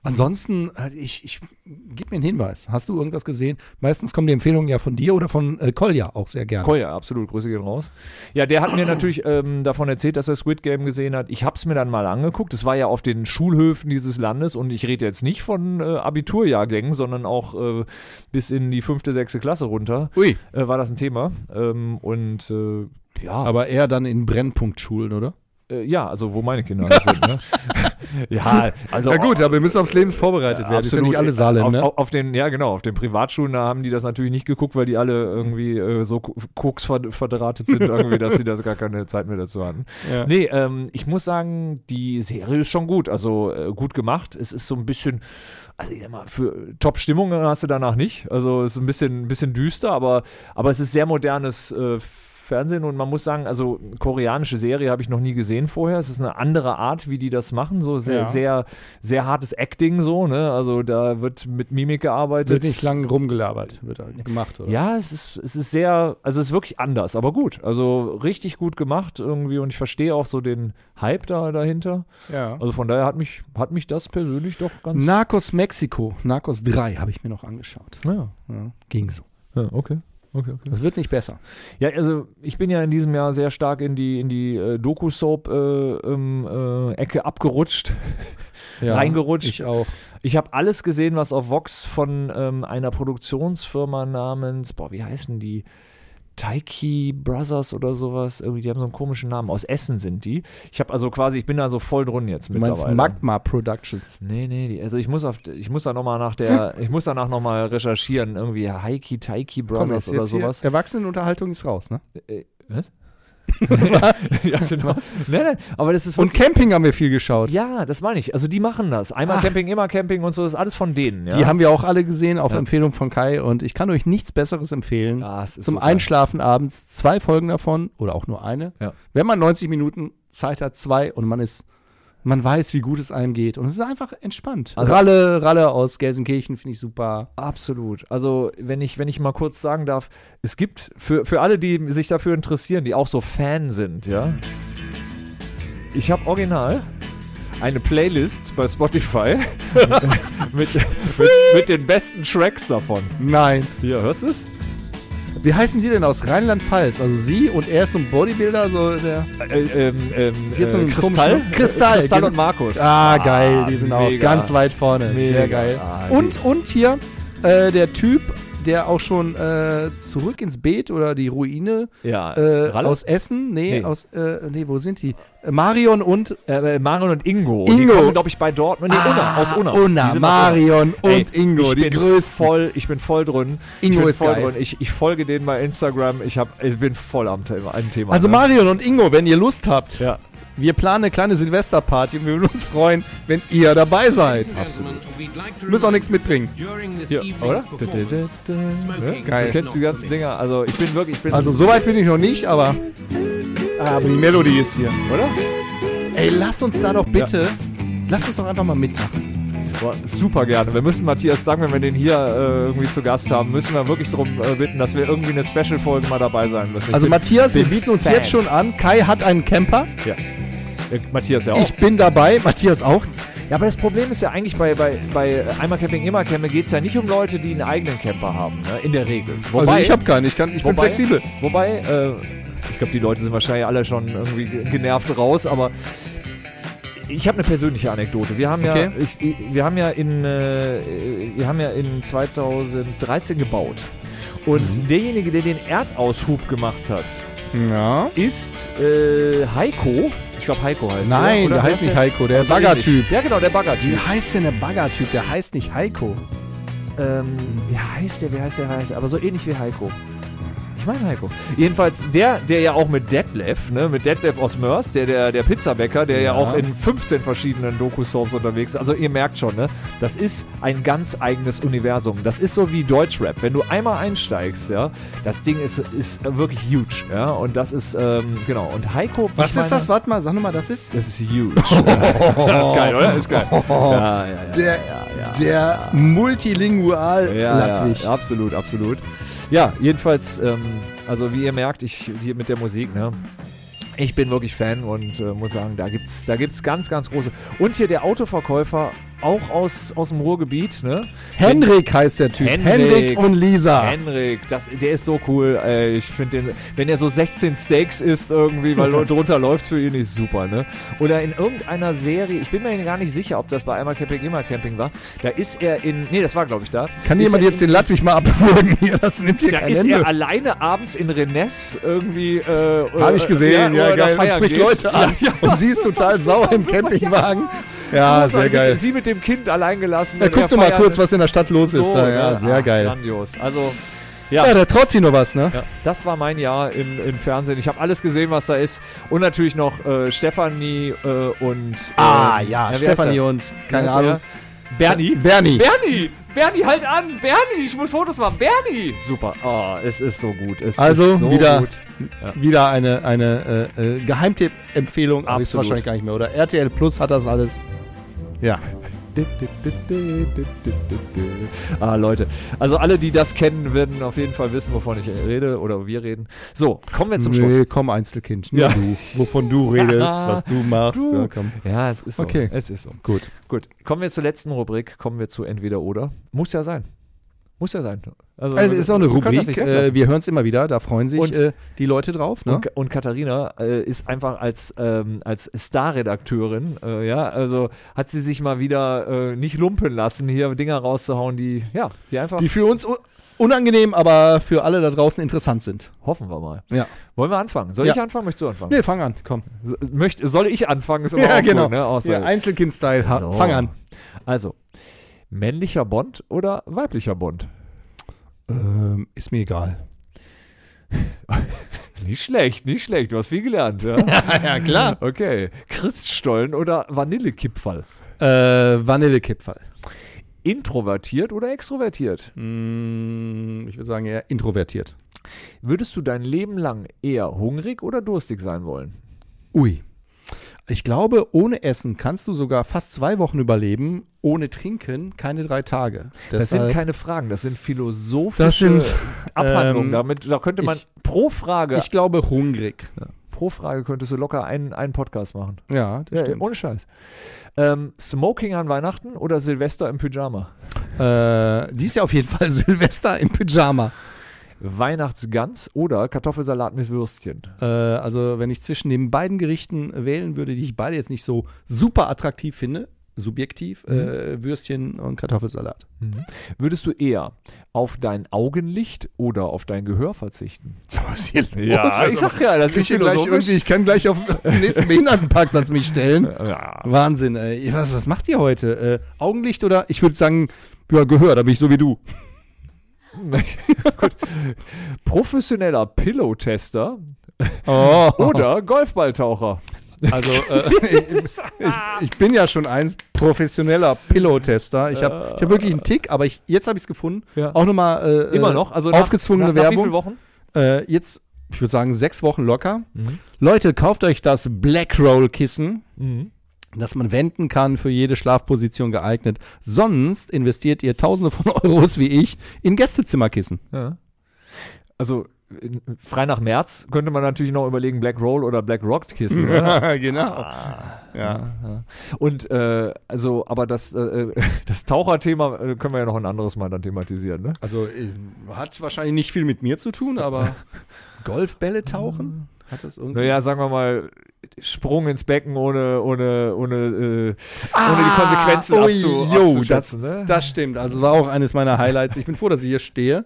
[SPEAKER 3] Ansonsten, äh, ich, ich gib mir einen Hinweis. Hast du irgendwas gesehen? Meistens kommen die Empfehlungen ja von dir oder von äh, Kolja auch sehr gerne.
[SPEAKER 1] Koya, absolut. Grüße gehen raus. Ja, der hat mir natürlich ähm, davon erzählt, dass er Squid Game gesehen hat. Ich habe es mir dann mal angeguckt. Das war ja auf den Schulhöfen dieses Landes und ich rede jetzt nicht von äh, Abiturjahrgängen, sondern auch äh, bis in die fünfte, sechste Klasse runter
[SPEAKER 3] Ui.
[SPEAKER 1] äh, war das ein Thema. Ähm, und äh, ja,
[SPEAKER 3] Aber eher dann in Brennpunktschulen, oder?
[SPEAKER 1] äh, ja, also wo meine Kinder halt sind. Ne? ja, also
[SPEAKER 3] aber wir müssen aufs Leben vorbereitet Ist ja nicht alle Saarländer.
[SPEAKER 1] Auf, auf, auf den, ja genau, auf den Privatschulen, da haben die das natürlich nicht geguckt, weil die alle irgendwie äh, so ko- koks verd- verdrahtet sind, irgendwie, dass sie da gar keine Zeit mehr dazu hatten.
[SPEAKER 3] Ja.
[SPEAKER 1] Nee, ähm, ich muss sagen, die Serie ist schon gut, also äh, gut gemacht. Es ist so ein bisschen, also ich sag mal, für Top-Stimmung hast du danach nicht. Also es ist ein bisschen, ein bisschen düster, aber, aber es ist sehr modernes äh, Fernsehen und man muss sagen, also koreanische Serie habe ich noch nie gesehen vorher. Es ist eine andere Art, wie die das machen, so sehr,
[SPEAKER 3] Ja.
[SPEAKER 1] sehr, sehr hartes Acting so, ne? Also da wird mit Mimik gearbeitet.
[SPEAKER 3] Wird nicht lang rumgelabert, wird da gemacht, oder?
[SPEAKER 1] Ja, es ist, es ist sehr, also es ist wirklich anders, aber gut. Also richtig gut gemacht irgendwie und ich verstehe auch so den Hype da dahinter.
[SPEAKER 3] ja.
[SPEAKER 1] Also von daher hat mich, hat mich das persönlich doch ganz.
[SPEAKER 3] Narcos Mexiko, Narcos 3 habe ich mir noch angeschaut.
[SPEAKER 1] ja,
[SPEAKER 3] Ja, ging so.
[SPEAKER 1] ja, okay. Okay, okay.
[SPEAKER 3] Das wird nicht besser.
[SPEAKER 1] Ja, also ich bin ja in diesem Jahr sehr stark in die, in die äh, Doku-Soap-Ecke äh, ähm, äh, Ecke abgerutscht. Reingerutscht.
[SPEAKER 3] Ich auch.
[SPEAKER 1] Ich habe alles gesehen, was auf Vox von ähm, einer Produktionsfirma namens, boah, wie heißen die? Taiki Brothers oder sowas. Irgendwie, die haben so einen komischen Namen. Aus Essen sind die. Ich habe also quasi, ich bin da so voll drin jetzt
[SPEAKER 3] Du meinst
[SPEAKER 1] mittlerweile.
[SPEAKER 3] Magma Productions.
[SPEAKER 1] Nee, nee, die, also ich muss auf, ich muss da nochmal nach der, ich muss danach nochmal recherchieren, irgendwie Heiki, Taiki Brothers oder sowas.
[SPEAKER 3] Erwachsenenunterhaltung ist raus, ne?
[SPEAKER 1] Äh, was? ja, genau. Nein, nein, aber das ist
[SPEAKER 3] Und Camping haben wir viel geschaut.
[SPEAKER 1] ja, das meine ich. Also die machen das. Einmal
[SPEAKER 3] Ach.
[SPEAKER 1] Camping, immer Camping und so, das ist alles von denen, ja.
[SPEAKER 3] Die haben wir auch alle gesehen auf
[SPEAKER 1] Ja.
[SPEAKER 3] Empfehlung von Kai und ich kann euch nichts Besseres empfehlen.
[SPEAKER 1] Ah, es ist
[SPEAKER 3] Zum
[SPEAKER 1] so geil.
[SPEAKER 3] Einschlafen abends zwei Folgen davon oder auch nur eine.
[SPEAKER 1] Ja.
[SPEAKER 3] Wenn man 90 Minuten Zeit hat, zwei und man ist, man weiß, wie gut es einem geht und es ist einfach entspannt.
[SPEAKER 1] Also-
[SPEAKER 3] Ralle, Ralle aus Gelsenkirchen finde ich super.
[SPEAKER 1] Absolut. Also, wenn ich, wenn ich mal kurz sagen darf, es gibt für, für alle, die sich dafür interessieren, die auch so Fan sind, ja. Ich habe original eine Playlist bei Spotify mit, mit, mit den besten Tracks davon.
[SPEAKER 3] Nein.
[SPEAKER 1] Hier, hörst du es?
[SPEAKER 3] Wie heißen die denn aus Rheinland-Pfalz? Also sie und er ist so ein Bodybuilder, so der.
[SPEAKER 1] Äh, ähm, ähm,
[SPEAKER 3] Ist jetzt so
[SPEAKER 1] äh,
[SPEAKER 3] ein
[SPEAKER 1] Kristall?
[SPEAKER 3] komischer- Kristall,
[SPEAKER 1] Äh, Kristall
[SPEAKER 3] genau.
[SPEAKER 1] und Markus.
[SPEAKER 3] Ah, geil, die sind auch
[SPEAKER 1] mega.
[SPEAKER 3] ganz weit vorne.
[SPEAKER 1] Mega.
[SPEAKER 3] Sehr geil.
[SPEAKER 1] Ah,
[SPEAKER 3] Und, und hier äh, der Typ, der auch schon äh, zurück ins Beet oder die Ruine
[SPEAKER 1] Ja,
[SPEAKER 3] äh,
[SPEAKER 1] Ralle?
[SPEAKER 3] aus Essen. Nee,
[SPEAKER 1] Nee.
[SPEAKER 3] aus äh, nee, wo sind die? Äh, Marion und
[SPEAKER 1] äh, Marion und Ingo. Die
[SPEAKER 3] Ingo. Ah,
[SPEAKER 1] kommen, glaube ich, bei Dortmund. Nee, Unna, Ah, aus Unna. Die
[SPEAKER 3] Unna,
[SPEAKER 1] sind aus
[SPEAKER 3] Marion und
[SPEAKER 1] Ey,
[SPEAKER 3] Ingo,
[SPEAKER 1] ich
[SPEAKER 3] die
[SPEAKER 1] bin
[SPEAKER 3] größten.
[SPEAKER 1] Voll, ich bin voll drin. ich
[SPEAKER 3] Ingo
[SPEAKER 1] bin
[SPEAKER 3] ist
[SPEAKER 1] voll
[SPEAKER 3] geil.
[SPEAKER 1] drin. Ich, ich folge denen bei Instagram. Ich, hab, ich bin voll am Thema. Am Thema
[SPEAKER 3] Also
[SPEAKER 1] ne?
[SPEAKER 3] Marion und Ingo, wenn ihr Lust habt,
[SPEAKER 1] Ja.
[SPEAKER 3] wir planen eine kleine Silvesterparty und wir würden uns freuen, wenn ihr dabei seid. Müsst auch nichts mitbringen.
[SPEAKER 1] Ja, oder? Du, du, du, du. Ja,
[SPEAKER 3] geil.
[SPEAKER 1] Du kennst die ganzen Dinger. Also ich bin wirklich, ich bin,
[SPEAKER 3] Also soweit bin ich noch nicht, aber ah, aber die Melodie ist hier.
[SPEAKER 1] oder?
[SPEAKER 3] Ey, lass uns da doch bitte, lass uns doch einfach mal mitmachen.
[SPEAKER 1] Boah, super gerne. Wir müssen Matthias sagen, wenn wir den hier äh, irgendwie zu Gast haben, müssen wir wirklich darum äh, bitten, dass wir irgendwie eine Special-Folge mal dabei sein müssen. Ich
[SPEAKER 3] Also
[SPEAKER 1] bin-
[SPEAKER 3] Matthias, wir
[SPEAKER 1] bin
[SPEAKER 3] bieten uns
[SPEAKER 1] Fan.
[SPEAKER 3] jetzt schon an. Kai hat einen Camper.
[SPEAKER 1] Äh, Matthias ja auch.
[SPEAKER 3] Ich bin dabei. Matthias auch.
[SPEAKER 1] Ja, aber das Problem ist ja eigentlich bei, bei, bei Einmal Camping, immer Camping geht es ja nicht um Leute, die einen eigenen Camper haben, ne? in der Regel.
[SPEAKER 3] also ich habe keinen. Ich, kann, ich bin
[SPEAKER 1] wobei-
[SPEAKER 3] flexibel.
[SPEAKER 1] Wobei, äh, ich glaube, die Leute sind wahrscheinlich alle schon irgendwie ge- genervt raus, aber ich habe eine persönliche Anekdote. Wir haben
[SPEAKER 3] Okay.
[SPEAKER 1] ja, ich, ich- wir haben ja in, äh, wir haben ja in 2013 gebaut.
[SPEAKER 3] Mhm.
[SPEAKER 1] Und derjenige, der den Erdaushub gemacht hat,
[SPEAKER 3] Ja.
[SPEAKER 1] ist äh, Heiko. Ich glaube, Heiko heißt
[SPEAKER 3] Nein,
[SPEAKER 1] er. oder?
[SPEAKER 3] der heißt nicht Heiko. Der
[SPEAKER 1] So ähnlich.
[SPEAKER 3] Baggertyp.
[SPEAKER 1] Ja, genau, der Baggertyp.
[SPEAKER 3] Wie heißt denn der Baggertyp? Der heißt nicht Heiko.
[SPEAKER 1] ähm, wie heißt der, wie heißt der, wie heißt der, aber so ähnlich wie Heiko. Ich meine Heiko. Jedenfalls der, der ja auch mit Detlef, ne, mit Detlef aus Mörs, der, der, der Pizzabäcker, der ja.
[SPEAKER 3] Ja.
[SPEAKER 1] auch in 15 verschiedenen Doku-Soaps unterwegs ist. Also ihr merkt schon, ne, das ist ein ganz eigenes Universum. Das ist so wie Deutschrap. Wenn du einmal einsteigst, ja, das Ding ist, ist wirklich huge, ja, und das ist, ähm, genau, und Heiko...
[SPEAKER 3] Was
[SPEAKER 1] ich
[SPEAKER 3] ist
[SPEAKER 1] meine-
[SPEAKER 3] das? Warte mal, sag nochmal, das ist.
[SPEAKER 1] Das ist huge. das ist geil, oder? Ist geil. Ja, ja, ja.
[SPEAKER 3] Der, der multilingual
[SPEAKER 1] Ja,
[SPEAKER 3] Ludwig.
[SPEAKER 1] Ja, absolut, absolut. Ja, jedenfalls, ähm, also wie ihr merkt, ich hier mit der Musik, ne? Ich bin wirklich Fan und äh, muss sagen, da gibt's, da gibt's ganz, ganz große. Und hier der Autoverkäufer, auch aus, aus dem Ruhrgebiet, ne?
[SPEAKER 3] Henrik heißt der Typ.
[SPEAKER 1] Henrik.
[SPEAKER 3] Henrik, und Lisa.
[SPEAKER 1] Henrik, das, der ist so cool. Ey, ich finde den, wenn er so 16 Steaks isst irgendwie, weil drunter läuft's für ihn, ist super, ne? Oder in irgendeiner Serie, ich bin mir gar nicht sicher, ob das bei einmal Camping, immer Camping war. Da ist er in, nee, das war glaube ich da.
[SPEAKER 3] Kann
[SPEAKER 1] Ist
[SPEAKER 3] jemand
[SPEAKER 1] er
[SPEAKER 3] jetzt den Ludwig mal abwürgen hier? Das nimmt hier
[SPEAKER 1] Da
[SPEAKER 3] kein
[SPEAKER 1] ist
[SPEAKER 3] Ende.
[SPEAKER 1] er alleine abends in Rennes irgendwie. Äh,
[SPEAKER 3] Habe ich gesehen, ja, geil. Man spricht Leute an und sie ist total sauer im Campingwagen. Ja, Ah, sehr geil.
[SPEAKER 1] Sie mit dem Kind allein gelassen.
[SPEAKER 3] Ja, guck doch mal kurz, was in der Stadt los
[SPEAKER 1] so,
[SPEAKER 3] ist. Ja, ja, Ah,
[SPEAKER 1] ne?
[SPEAKER 3] sehr
[SPEAKER 1] Ach,
[SPEAKER 3] geil.
[SPEAKER 1] Grandios. Also,
[SPEAKER 3] Ja, der traut sich noch was, ne?
[SPEAKER 1] ja, das war mein Jahr im, im Fernsehen. Ich habe alles gesehen, was da ist. Und natürlich noch äh, Stefanie äh, und. ähm, wie heißt
[SPEAKER 3] Ah, Stefanie
[SPEAKER 1] er?
[SPEAKER 3] und
[SPEAKER 1] Wie
[SPEAKER 3] keine
[SPEAKER 1] heißt er?
[SPEAKER 3] Ahnung.
[SPEAKER 1] Bernie.
[SPEAKER 3] Bernie.
[SPEAKER 1] Bernie! Bernie, halt an! Bernie, ich muss Fotos machen. Bernie! Super. Oh, es ist so gut. Es
[SPEAKER 3] Also,
[SPEAKER 1] ist so
[SPEAKER 3] wieder-
[SPEAKER 1] gut.
[SPEAKER 3] Wieder eine, eine äh, äh, Geheimtipp-Empfehlung. Aber ist
[SPEAKER 1] Absolut.
[SPEAKER 3] wahrscheinlich gar nicht mehr, oder? RTL Plus hat das alles. Ja.
[SPEAKER 1] Ah, Leute. Also alle, die das kennen, werden auf jeden Fall wissen, wovon ich rede oder wir reden. So, kommen wir zum Schluss.
[SPEAKER 3] Nee, komm, Einzelkind. Nur
[SPEAKER 1] Ja.
[SPEAKER 3] du. Wovon du redest, was du machst.
[SPEAKER 1] Du.
[SPEAKER 3] Ja, komm.
[SPEAKER 1] Ja, es ist so.
[SPEAKER 3] Okay.
[SPEAKER 1] Es ist so.
[SPEAKER 3] Gut.
[SPEAKER 1] Gut. Kommen wir zur letzten Rubrik. Kommen wir zu entweder oder. Muss ja sein. Muss ja sein.
[SPEAKER 3] Also ist auch eine
[SPEAKER 1] wir können das
[SPEAKER 3] Rubrik.
[SPEAKER 1] nicht
[SPEAKER 3] Äh,
[SPEAKER 1] weglassen.
[SPEAKER 3] wir hören es immer wieder. Da freuen sich
[SPEAKER 1] Und-
[SPEAKER 3] äh, die Leute drauf. Ne?
[SPEAKER 1] Und, Ka- und Katharina äh, ist einfach als, ähm, als Starredakteurin, äh, ja, also hat sie sich mal wieder äh, nicht lumpen lassen, hier Dinger rauszuhauen, die, ja, die einfach,
[SPEAKER 3] die für uns un- unangenehm, aber für alle da draußen interessant sind.
[SPEAKER 1] hoffen wir mal.
[SPEAKER 3] Ja.
[SPEAKER 1] Wollen wir anfangen? Soll
[SPEAKER 3] Ja.
[SPEAKER 1] ich anfangen? Möchtest du anfangen?
[SPEAKER 3] Nee, fang an, komm.
[SPEAKER 1] So- Möcht, soll ich anfangen? Ist immer auch gut, ne? Aussage.
[SPEAKER 3] genau. Ja, Einzelkind-Style. ha-
[SPEAKER 1] So.
[SPEAKER 3] Fang an.
[SPEAKER 1] also, männlicher Bond oder weiblicher Bond?
[SPEAKER 3] Ähm, ist mir egal.
[SPEAKER 1] Nicht schlecht, nicht schlecht. Du hast viel gelernt, ja?
[SPEAKER 3] ja, klar.
[SPEAKER 1] Okay. Christstollen oder Vanillekipferl?
[SPEAKER 3] Äh, Vanillekipferl.
[SPEAKER 1] Introvertiert oder extrovertiert?
[SPEAKER 3] Hm. Mm, ich würde sagen, eher introvertiert.
[SPEAKER 1] Würdest du dein Leben lang eher hungrig oder durstig sein wollen?
[SPEAKER 3] Ui. Ich glaube, ohne Essen kannst du sogar fast zwei Wochen überleben, ohne Trinken keine drei Tage.
[SPEAKER 1] Das sind
[SPEAKER 3] Deshalb-
[SPEAKER 1] keine Fragen, das sind philosophische
[SPEAKER 3] Das sind,
[SPEAKER 1] Abhandlungen.
[SPEAKER 3] ähm,
[SPEAKER 1] Damit, da könnte man
[SPEAKER 3] ich-
[SPEAKER 1] pro Frage,
[SPEAKER 3] ich glaube, hungrig.
[SPEAKER 1] pro Frage könntest du locker einen, einen Podcast machen.
[SPEAKER 3] Ja, das
[SPEAKER 1] Ja,
[SPEAKER 3] stimmt.
[SPEAKER 1] ohne Scheiß. Ähm, Smoking an Weihnachten oder Silvester im Pyjama?
[SPEAKER 3] Äh, dies Jahr auf jeden Fall Silvester im Pyjama.
[SPEAKER 1] Weihnachtsgans oder Kartoffelsalat mit Würstchen.
[SPEAKER 3] Äh, also, wenn ich zwischen den beiden Gerichten wählen würde, die ich beide jetzt nicht so super attraktiv finde, subjektiv, äh, Würstchen und Kartoffelsalat.
[SPEAKER 1] Würdest du eher auf dein Augenlicht oder auf dein Gehör verzichten? Oh,
[SPEAKER 3] Was hier los?
[SPEAKER 1] ich sag ja, das
[SPEAKER 3] also ich,
[SPEAKER 1] ist
[SPEAKER 3] hier gleich irgendwie,
[SPEAKER 1] philosophisch.
[SPEAKER 3] ich kann gleich auf den nächsten Behindertenparkplatz mich stellen.
[SPEAKER 1] Ja.
[SPEAKER 3] Wahnsinn, ey. Was, was macht ihr heute? Äh, Augenlicht oder? Ich würde sagen, ja, Gehör, da bin ich so wie du.
[SPEAKER 1] Gut. Professioneller Pillow-Tester
[SPEAKER 3] Oh.
[SPEAKER 1] oder Golfballtaucher?
[SPEAKER 3] Also, äh, ich, ich, ich bin ja schon eins professioneller Pillow-Tester. Ich habe ich hab wirklich einen Tick, aber ich, jetzt habe ich es gefunden.
[SPEAKER 1] Ja.
[SPEAKER 3] Auch nochmal äh,
[SPEAKER 1] Immer
[SPEAKER 3] äh,
[SPEAKER 1] noch? Also nach-
[SPEAKER 3] aufgezwungene
[SPEAKER 1] nach, nach Wie
[SPEAKER 3] Werbung.
[SPEAKER 1] viele Wochen?
[SPEAKER 3] Äh, jetzt, ich würde sagen, sechs Wochen locker. Leute, kauft euch das Blackroll-Kissen. Das man wenden kann, für jede Schlafposition geeignet. Sonst investiert ihr Tausende von Euros wie ich in Gästezimmerkissen.
[SPEAKER 1] Ja. Also in- frei nach März könnte man natürlich noch überlegen, Black Roll oder Black Rock Kissen. ne? Ah.
[SPEAKER 3] genau. Ja.
[SPEAKER 1] Und äh, also, aber das, äh, das Taucherthema äh, können wir ja noch ein anderes Mal dann thematisieren, ne?
[SPEAKER 3] Also äh, hat wahrscheinlich nicht viel mit mir zu tun, aber Golfbälle tauchen? Hat das irgendwie.
[SPEAKER 1] Naja, sagen wir mal, Sprung ins Becken ohne, ohne, ohne, äh, ohne die Konsequenzen abzu,
[SPEAKER 3] Ah, ui, jo, das,
[SPEAKER 1] abzuschätzen, ne?
[SPEAKER 3] das stimmt. Also es war auch eines meiner Highlights. Ich bin froh, dass ich hier stehe.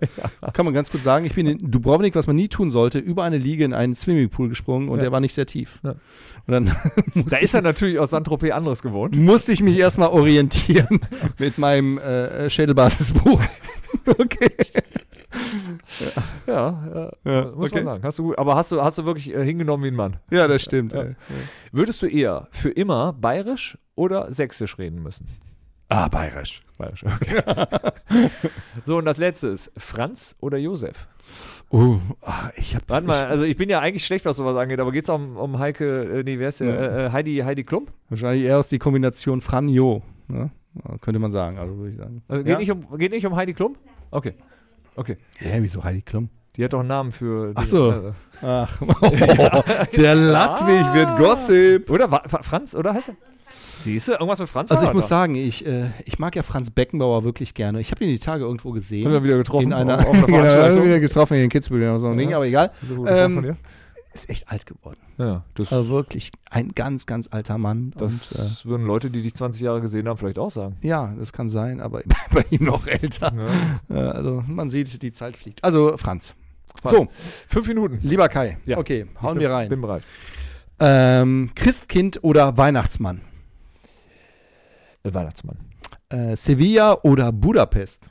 [SPEAKER 3] Kann man ganz kurz sagen, ich bin in Dubrovnik, was man nie tun sollte, über eine Liege in einen Swimmingpool gesprungen und der war nicht sehr tief.
[SPEAKER 1] Ja.
[SPEAKER 3] Und dann
[SPEAKER 1] Da ist er natürlich aus Saint-Tropez anderes gewohnt.
[SPEAKER 3] musste ich mich erstmal orientieren mit meinem äh, Schädelbasisbuch. okay.
[SPEAKER 1] Ja, ja,
[SPEAKER 3] Ja,
[SPEAKER 1] muss
[SPEAKER 3] okay.
[SPEAKER 1] man sagen. Hast du gut, aber hast du, hast du wirklich äh, hingenommen wie ein Mann.
[SPEAKER 3] Ja, das stimmt. äh.
[SPEAKER 1] Ja.
[SPEAKER 3] ey.
[SPEAKER 1] Würdest du eher für immer bayerisch oder sächsisch reden müssen?
[SPEAKER 3] Ah, bayerisch.
[SPEAKER 1] Bayerisch, okay. so, und das letzte ist Franz oder Josef?
[SPEAKER 3] Oh, ah, ich habe
[SPEAKER 1] Warte mal, also ich bin ja eigentlich schlecht, was sowas angeht, aber geht's um, um Heike, äh, nee, wer ist der? Äh, äh, Heidi, Heidi Klump?
[SPEAKER 3] Wahrscheinlich eher aus die Kombination Franjo, ne? Ja, könnte man sagen, also würde ich sagen.
[SPEAKER 1] Also geht,
[SPEAKER 3] ja?
[SPEAKER 1] nicht um, geht nicht um Heidi Klump? Okay. Okay.
[SPEAKER 3] Hä, wieso Heidi Klum?
[SPEAKER 1] Die hat doch einen Namen für.
[SPEAKER 3] Ach so.
[SPEAKER 1] Äh,
[SPEAKER 3] Ach, der Latwig wird Gossip.
[SPEAKER 1] Oder? Wa- Fra- Franz, oder heißt er? Siehst du, irgendwas mit Franz?
[SPEAKER 3] Also
[SPEAKER 1] war
[SPEAKER 3] ich muss
[SPEAKER 1] da.
[SPEAKER 3] sagen, ich, äh, ich mag ja Franz Beckenbauer wirklich gerne. Ich habe ihn die Tage irgendwo gesehen.
[SPEAKER 1] Haben wir wieder getroffen Oh,
[SPEAKER 3] in einer Genau,
[SPEAKER 1] auf, auf einer
[SPEAKER 3] ja,
[SPEAKER 1] Veranstaltung.
[SPEAKER 3] wieder getroffen in den Kitzbühel oder so ein Ding,
[SPEAKER 1] Ja.
[SPEAKER 3] aber egal.
[SPEAKER 1] So gut getroffen
[SPEAKER 3] Ähm,
[SPEAKER 1] von dir.
[SPEAKER 3] Ist echt alt geworden.
[SPEAKER 1] ja, das,
[SPEAKER 3] Also wirklich ein ganz, ganz alter Mann. Und,
[SPEAKER 1] das würden Leute, die dich 20 Jahre gesehen haben, vielleicht auch sagen.
[SPEAKER 3] äh, ja, das kann sein, aber bei ihm noch älter.
[SPEAKER 1] Ja.
[SPEAKER 3] Äh, also man sieht, die Zeit fliegt. Also Franz.
[SPEAKER 1] Franz.
[SPEAKER 3] So,
[SPEAKER 1] Fünf Minuten.
[SPEAKER 3] lieber Kai.
[SPEAKER 1] Ja.
[SPEAKER 3] Okay, hauen
[SPEAKER 1] bin,
[SPEAKER 3] wir rein.
[SPEAKER 1] Bin bereit.
[SPEAKER 3] Ähm, Christkind oder Weihnachtsmann?
[SPEAKER 1] Äh, Weihnachtsmann.
[SPEAKER 3] Äh, Sevilla oder Budapest?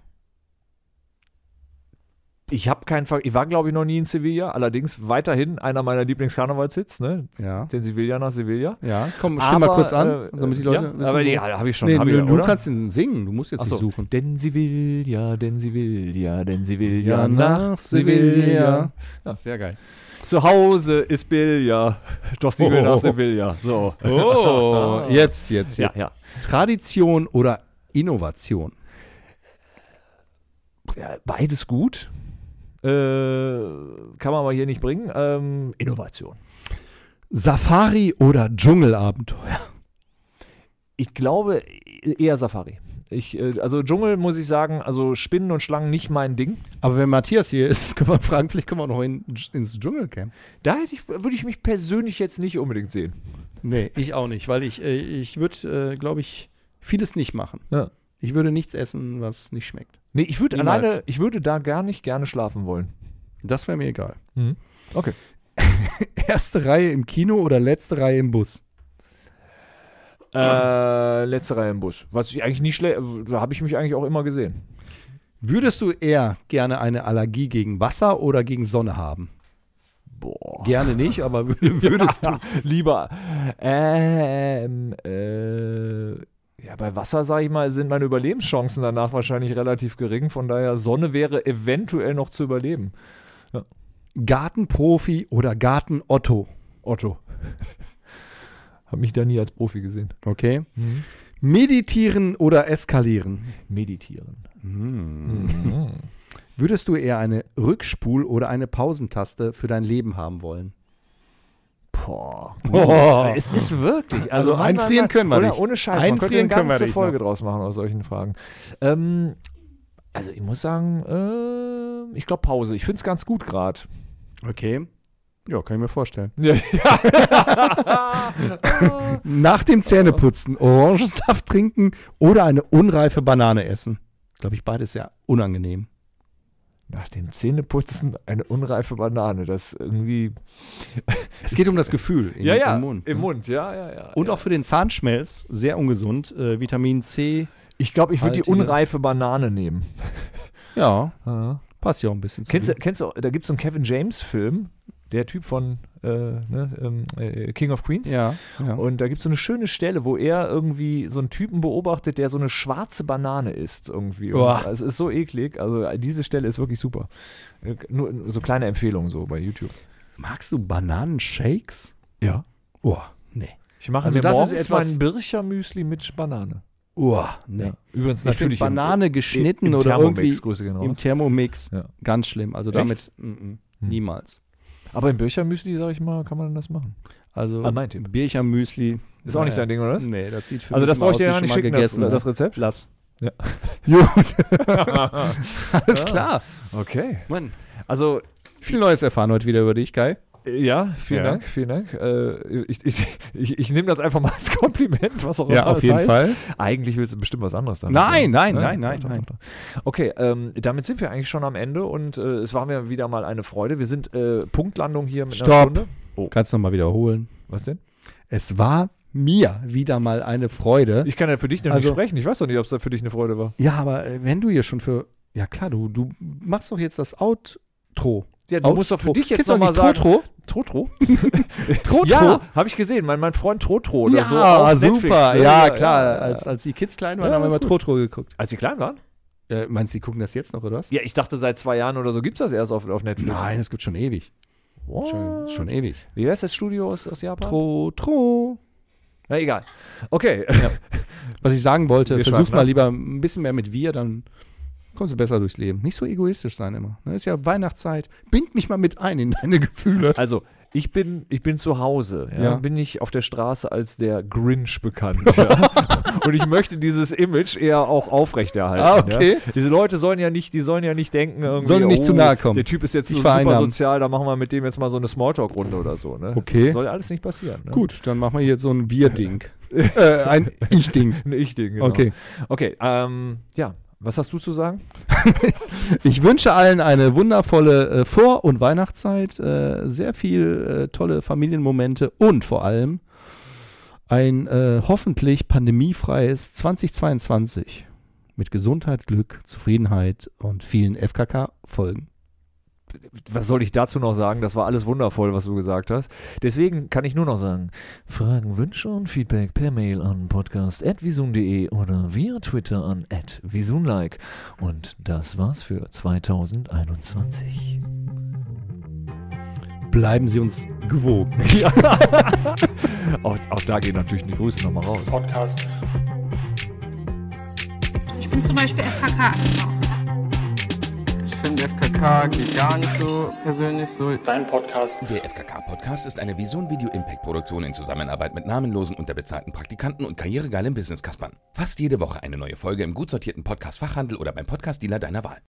[SPEAKER 1] Ich habe keinen Ver Ich war, glaube ich, noch nie in Sevilla. Allerdings weiterhin einer meiner Lieblingskarnevalshits, ne?
[SPEAKER 3] Ja.
[SPEAKER 1] Den Sevillaner Sevilla.
[SPEAKER 3] Ja, komm, stimm mal
[SPEAKER 1] Aber,
[SPEAKER 3] kurz an,
[SPEAKER 1] äh,
[SPEAKER 3] damit die Leute
[SPEAKER 1] ja,
[SPEAKER 3] wissen.
[SPEAKER 1] Aber
[SPEAKER 3] wo-
[SPEAKER 1] die ja, habe ich schon.
[SPEAKER 3] nee,
[SPEAKER 1] hab ich,
[SPEAKER 3] du,
[SPEAKER 1] ja,
[SPEAKER 3] du
[SPEAKER 1] oder?
[SPEAKER 3] kannst ihn singen, du musst jetzt
[SPEAKER 1] Ach
[SPEAKER 3] nicht
[SPEAKER 1] so.
[SPEAKER 3] suchen.
[SPEAKER 1] Denn sie will ja, denn sie will ja, denn sie will ja,
[SPEAKER 3] Ja,
[SPEAKER 1] nach
[SPEAKER 3] nach
[SPEAKER 1] Sevilla.
[SPEAKER 3] Sevilla.
[SPEAKER 1] Ja.
[SPEAKER 3] Sehr geil.
[SPEAKER 1] Zu Hause ist Bilja, doch sie will
[SPEAKER 3] Oh.
[SPEAKER 1] nach Sevilla. So.
[SPEAKER 3] Oh, jetzt, jetzt,
[SPEAKER 1] Ja,
[SPEAKER 3] jetzt.
[SPEAKER 1] ja.
[SPEAKER 3] Tradition oder Innovation?
[SPEAKER 1] ja beides gut. Äh, kann man aber hier nicht bringen. Ähm, Innovation.
[SPEAKER 3] Safari oder Dschungelabenteuer?
[SPEAKER 1] Ich glaube e-, eher Safari. Ich, äh, also Dschungel muss ich sagen, also Spinnen und Schlangen nicht mein Ding.
[SPEAKER 3] Aber wenn Matthias hier ist, können wir fragen, vielleicht kommen wir noch in, ins Dschungelcamp.
[SPEAKER 1] Da hätte ich, würde ich mich persönlich jetzt nicht unbedingt sehen.
[SPEAKER 3] Nee, ich auch nicht, weil ich, äh, ich würde, äh, glaube ich, vieles nicht machen.
[SPEAKER 1] Ja.
[SPEAKER 3] Ich würde nichts essen, was nicht schmeckt.
[SPEAKER 1] Nee, ich würde
[SPEAKER 3] Niemals.
[SPEAKER 1] alleine, ich würde da gar nicht gerne schlafen wollen.
[SPEAKER 3] Das wäre mir egal.
[SPEAKER 1] Okay.
[SPEAKER 3] Erste Reihe im Kino oder letzte Reihe im Bus?
[SPEAKER 1] Äh, letzte Reihe im Bus. Was ich eigentlich nicht schlecht, da habe ich mich eigentlich auch immer gesehen.
[SPEAKER 3] Würdest du eher gerne eine Allergie gegen Wasser oder gegen Sonne haben?
[SPEAKER 1] Boah.
[SPEAKER 3] Gerne nicht, aber wür- würdest du.
[SPEAKER 1] Lieber. Ähm, äh, ja, bei Wasser, sage ich mal, sind meine Überlebenschancen danach wahrscheinlich relativ gering. Von daher, Sonne wäre eventuell noch zu überleben.
[SPEAKER 3] Gartenprofi oder Garten-Otto?
[SPEAKER 1] Otto. Hab mich da nie als Profi gesehen.
[SPEAKER 3] Okay. Meditieren oder eskalieren? Hm.
[SPEAKER 1] Meditieren.
[SPEAKER 3] Mhm.
[SPEAKER 1] Mhm.
[SPEAKER 3] Würdest du eher eine Rückspul- oder eine Pausentaste für dein Leben haben wollen?
[SPEAKER 1] Boah.
[SPEAKER 3] Boah.
[SPEAKER 1] Es ist wirklich. Also,
[SPEAKER 3] Also
[SPEAKER 1] Mann,
[SPEAKER 3] einfrieren
[SPEAKER 1] Mann, Mann.
[SPEAKER 3] können wir
[SPEAKER 1] Oder
[SPEAKER 3] nicht.
[SPEAKER 1] Ohne Scheiß. Man könnte eine
[SPEAKER 3] Einfrieren können wir
[SPEAKER 1] ganze
[SPEAKER 3] nicht
[SPEAKER 1] Folge draus machen aus solchen Fragen. Ähm, also ich muss sagen, ähm, ich glaube, Pause. Ich finde es ganz gut gerade.
[SPEAKER 3] Okay. Ja, kann ich mir vorstellen.
[SPEAKER 1] Ja,
[SPEAKER 3] Nach dem Zähneputzen, Orangensaft trinken oder eine unreife Banane essen. Glaube ich, beides sehr unangenehm.
[SPEAKER 1] Nach dem Zähneputzen eine unreife Banane. Das irgendwie.
[SPEAKER 3] Es geht um das Gefühl im, im Mund.
[SPEAKER 1] Im
[SPEAKER 3] ne?
[SPEAKER 1] Mund, ja, ja, ja.
[SPEAKER 3] Und auch für den Zahnschmelz sehr ungesund. Äh, Vitamin C.
[SPEAKER 1] Ich glaube, ich würde die
[SPEAKER 3] Halt, ja.
[SPEAKER 1] unreife Banane nehmen.
[SPEAKER 3] Ja, passt ja auch ein bisschen zu.
[SPEAKER 1] Kennst du,
[SPEAKER 3] dir.
[SPEAKER 1] kennst du, da gibt es so einen Kevin James-Film, der Typ von äh, ne, ähm, äh, King of Queens.
[SPEAKER 3] Ja, ja.
[SPEAKER 1] Und da gibt es so eine schöne Stelle, wo er irgendwie so einen Typen beobachtet, der so eine schwarze Banane isst irgendwie. Und
[SPEAKER 3] Uah.
[SPEAKER 1] Es ist so eklig. Also äh, diese Stelle ist wirklich super. Äh, Nur nur so kleine Empfehlung so bei YouTube.
[SPEAKER 3] Magst du Bananenshakes?
[SPEAKER 1] Ja.
[SPEAKER 3] Oh, nee.
[SPEAKER 1] Ich mache
[SPEAKER 3] Also
[SPEAKER 1] mir
[SPEAKER 3] das
[SPEAKER 1] morgens
[SPEAKER 3] ist etwas-
[SPEAKER 1] mein Bircher-Müsli mit Banane.
[SPEAKER 3] Oh, nee.
[SPEAKER 1] Ja. Übrigens
[SPEAKER 3] Ich finde
[SPEAKER 1] natürlich im-
[SPEAKER 3] Banane geschnitten
[SPEAKER 1] im
[SPEAKER 3] oder
[SPEAKER 1] Thermomix,
[SPEAKER 3] irgendwie
[SPEAKER 1] Grüße gehen raus.
[SPEAKER 3] im Thermomix
[SPEAKER 1] Ja. Hm.
[SPEAKER 3] ganz schlimm. Also damit mm, mm, niemals.
[SPEAKER 1] Aber im Birchermüsli, sag ich mal, kann man das machen.
[SPEAKER 3] Also
[SPEAKER 1] Ah, mein Tipp.
[SPEAKER 3] Biercher Müsli.
[SPEAKER 1] Ist auch nicht dein Ding, oder was?
[SPEAKER 3] Nee, das sieht für
[SPEAKER 1] Also
[SPEAKER 3] mich
[SPEAKER 1] das
[SPEAKER 3] immer
[SPEAKER 1] brauche ich
[SPEAKER 3] aus
[SPEAKER 1] dir
[SPEAKER 3] wie
[SPEAKER 1] ja
[SPEAKER 3] schon
[SPEAKER 1] nicht
[SPEAKER 3] Hm. mal
[SPEAKER 1] schicken,
[SPEAKER 3] gegessen,
[SPEAKER 1] das,
[SPEAKER 3] ne?
[SPEAKER 1] das Rezept.
[SPEAKER 3] Lass.
[SPEAKER 1] Ja.
[SPEAKER 3] Gut. Alles klar.
[SPEAKER 1] Okay.
[SPEAKER 3] Mann,
[SPEAKER 1] Also,
[SPEAKER 3] viel Neues erfahren heute wieder über dich, Kai.
[SPEAKER 1] äh, ja, vielen
[SPEAKER 3] Ja.
[SPEAKER 1] Dank, vielen Dank. Äh, ich ich, ich, ich nehme das einfach mal als Kompliment, was auch immer das heißt.
[SPEAKER 3] Fall.
[SPEAKER 1] Eigentlich willst du bestimmt was anderes damit sagen.
[SPEAKER 3] Nein, nein, nein, nein,
[SPEAKER 1] doch,
[SPEAKER 3] nein.
[SPEAKER 1] doch, doch. Okay, ähm, damit sind wir eigentlich schon am Ende und äh, es war mir wieder mal eine Freude. Wir sind äh, Punktlandung hier mit einer
[SPEAKER 3] Stopp.
[SPEAKER 1] Stunde.
[SPEAKER 3] Kannst du nochmal wiederholen.
[SPEAKER 1] Was denn?
[SPEAKER 3] Es war mir wieder mal eine Freude.
[SPEAKER 1] Ich kann ja für dich noch
[SPEAKER 3] Also-
[SPEAKER 1] nicht sprechen. Ich weiß doch nicht, ob es da für dich eine Freude war.
[SPEAKER 3] ja, aber äh, wenn du hier schon für. Ja, klar, du, du machst doch jetzt das Outro.
[SPEAKER 1] Ja,
[SPEAKER 3] Outro. Gibt's doch nicht Totro?
[SPEAKER 1] Totro?
[SPEAKER 3] Trotro?
[SPEAKER 1] Ja, habe ich gesehen. Mein, mein Freund Trotro oder
[SPEAKER 3] ja,
[SPEAKER 1] so. auf
[SPEAKER 3] super.
[SPEAKER 1] Netflix,
[SPEAKER 3] ja,
[SPEAKER 1] ne?
[SPEAKER 3] klar.
[SPEAKER 1] ja.
[SPEAKER 3] Als, als die Kids klein waren,
[SPEAKER 1] Ja,
[SPEAKER 3] haben wir
[SPEAKER 1] ist
[SPEAKER 3] immer
[SPEAKER 1] gut.
[SPEAKER 3] Trotro geguckt.
[SPEAKER 1] Als sie klein waren?
[SPEAKER 3] Äh, meinst du, die gucken das jetzt noch, oder was?
[SPEAKER 1] Ja, ich dachte, seit zwei Jahren oder so gibt es das erst auf, auf Netflix.
[SPEAKER 3] Nein, das gibt schon ewig.
[SPEAKER 1] What?
[SPEAKER 3] Schon, schon ewig.
[SPEAKER 1] Wie heißt das Studio aus, aus Japan?
[SPEAKER 3] Tro, tro.
[SPEAKER 1] Na, egal. Okay.
[SPEAKER 3] Was ich sagen wollte,
[SPEAKER 1] Wir
[SPEAKER 3] versuch's
[SPEAKER 1] schweifen
[SPEAKER 3] mal
[SPEAKER 1] ab.
[SPEAKER 3] lieber ein bisschen mehr mit wir, dann kommst du besser durchs Leben. Nicht so egoistisch sein immer. Ne? Ist ja Weihnachtszeit. Bind mich mal mit ein in deine Gefühle.
[SPEAKER 1] Also, ich bin, ich bin zu Hause. Ja?
[SPEAKER 3] Ja.
[SPEAKER 1] Bin ich auf der Straße als der Grinch bekannt. ja? Und ich möchte dieses Image eher auch aufrechterhalten.
[SPEAKER 3] Ah, okay.
[SPEAKER 1] Ja? Diese Leute sollen ja nicht, die sollen ja nicht denken, irgendwie, oh,
[SPEAKER 3] Sollen nicht zu nahe kommen.
[SPEAKER 1] Der Typ ist jetzt
[SPEAKER 3] Ich
[SPEAKER 1] so super
[SPEAKER 3] vereinnahmen.
[SPEAKER 1] sozial, da machen wir mit dem jetzt mal so eine Smalltalk-Runde oder so. Ne?
[SPEAKER 3] Okay.
[SPEAKER 1] soll alles nicht passieren. Ne?
[SPEAKER 3] Gut, dann machen wir jetzt so ein Wir-Ding. äh, ein Ich-Ding.
[SPEAKER 1] Ein Ich-Ding, genau.
[SPEAKER 3] Okay.
[SPEAKER 1] Okay, ähm, ja. Was hast du zu sagen?
[SPEAKER 3] Ich wünsche allen eine wundervolle äh, Vor- und Weihnachtszeit, äh, sehr viel äh, tolle Familienmomente und vor allem ein äh, hoffentlich pandemiefreies 2022 mit Gesundheit, Glück, Zufriedenheit und vielen FKK-Folgen.
[SPEAKER 1] Was soll ich dazu noch sagen? Das war alles wundervoll, was du gesagt hast. Deswegen kann ich nur noch sagen: Fragen, Wünsche und Feedback per Mail an podcast.visun.de oder via Twitter an visunlike. Und das war's für 2021.
[SPEAKER 3] Bleiben Sie uns gewogen.
[SPEAKER 1] Auch, auch da gehen natürlich die Grüße nochmal raus.
[SPEAKER 4] Podcast.
[SPEAKER 2] Ich bin zum Beispiel FKK abgehauen.
[SPEAKER 5] Ich finde FKK geht gar nicht so persönlich so.
[SPEAKER 4] Dein Podcast.
[SPEAKER 8] Der FKK-Podcast ist eine Vision Video Impact Produktion in Zusammenarbeit mit namenlosen, unterbezahlten Praktikanten und karrieregeilen Business-Kaspern. Fast jede Woche eine neue Folge im gut sortierten Podcast-Fachhandel oder beim Podcast-Dealer deiner Wahl.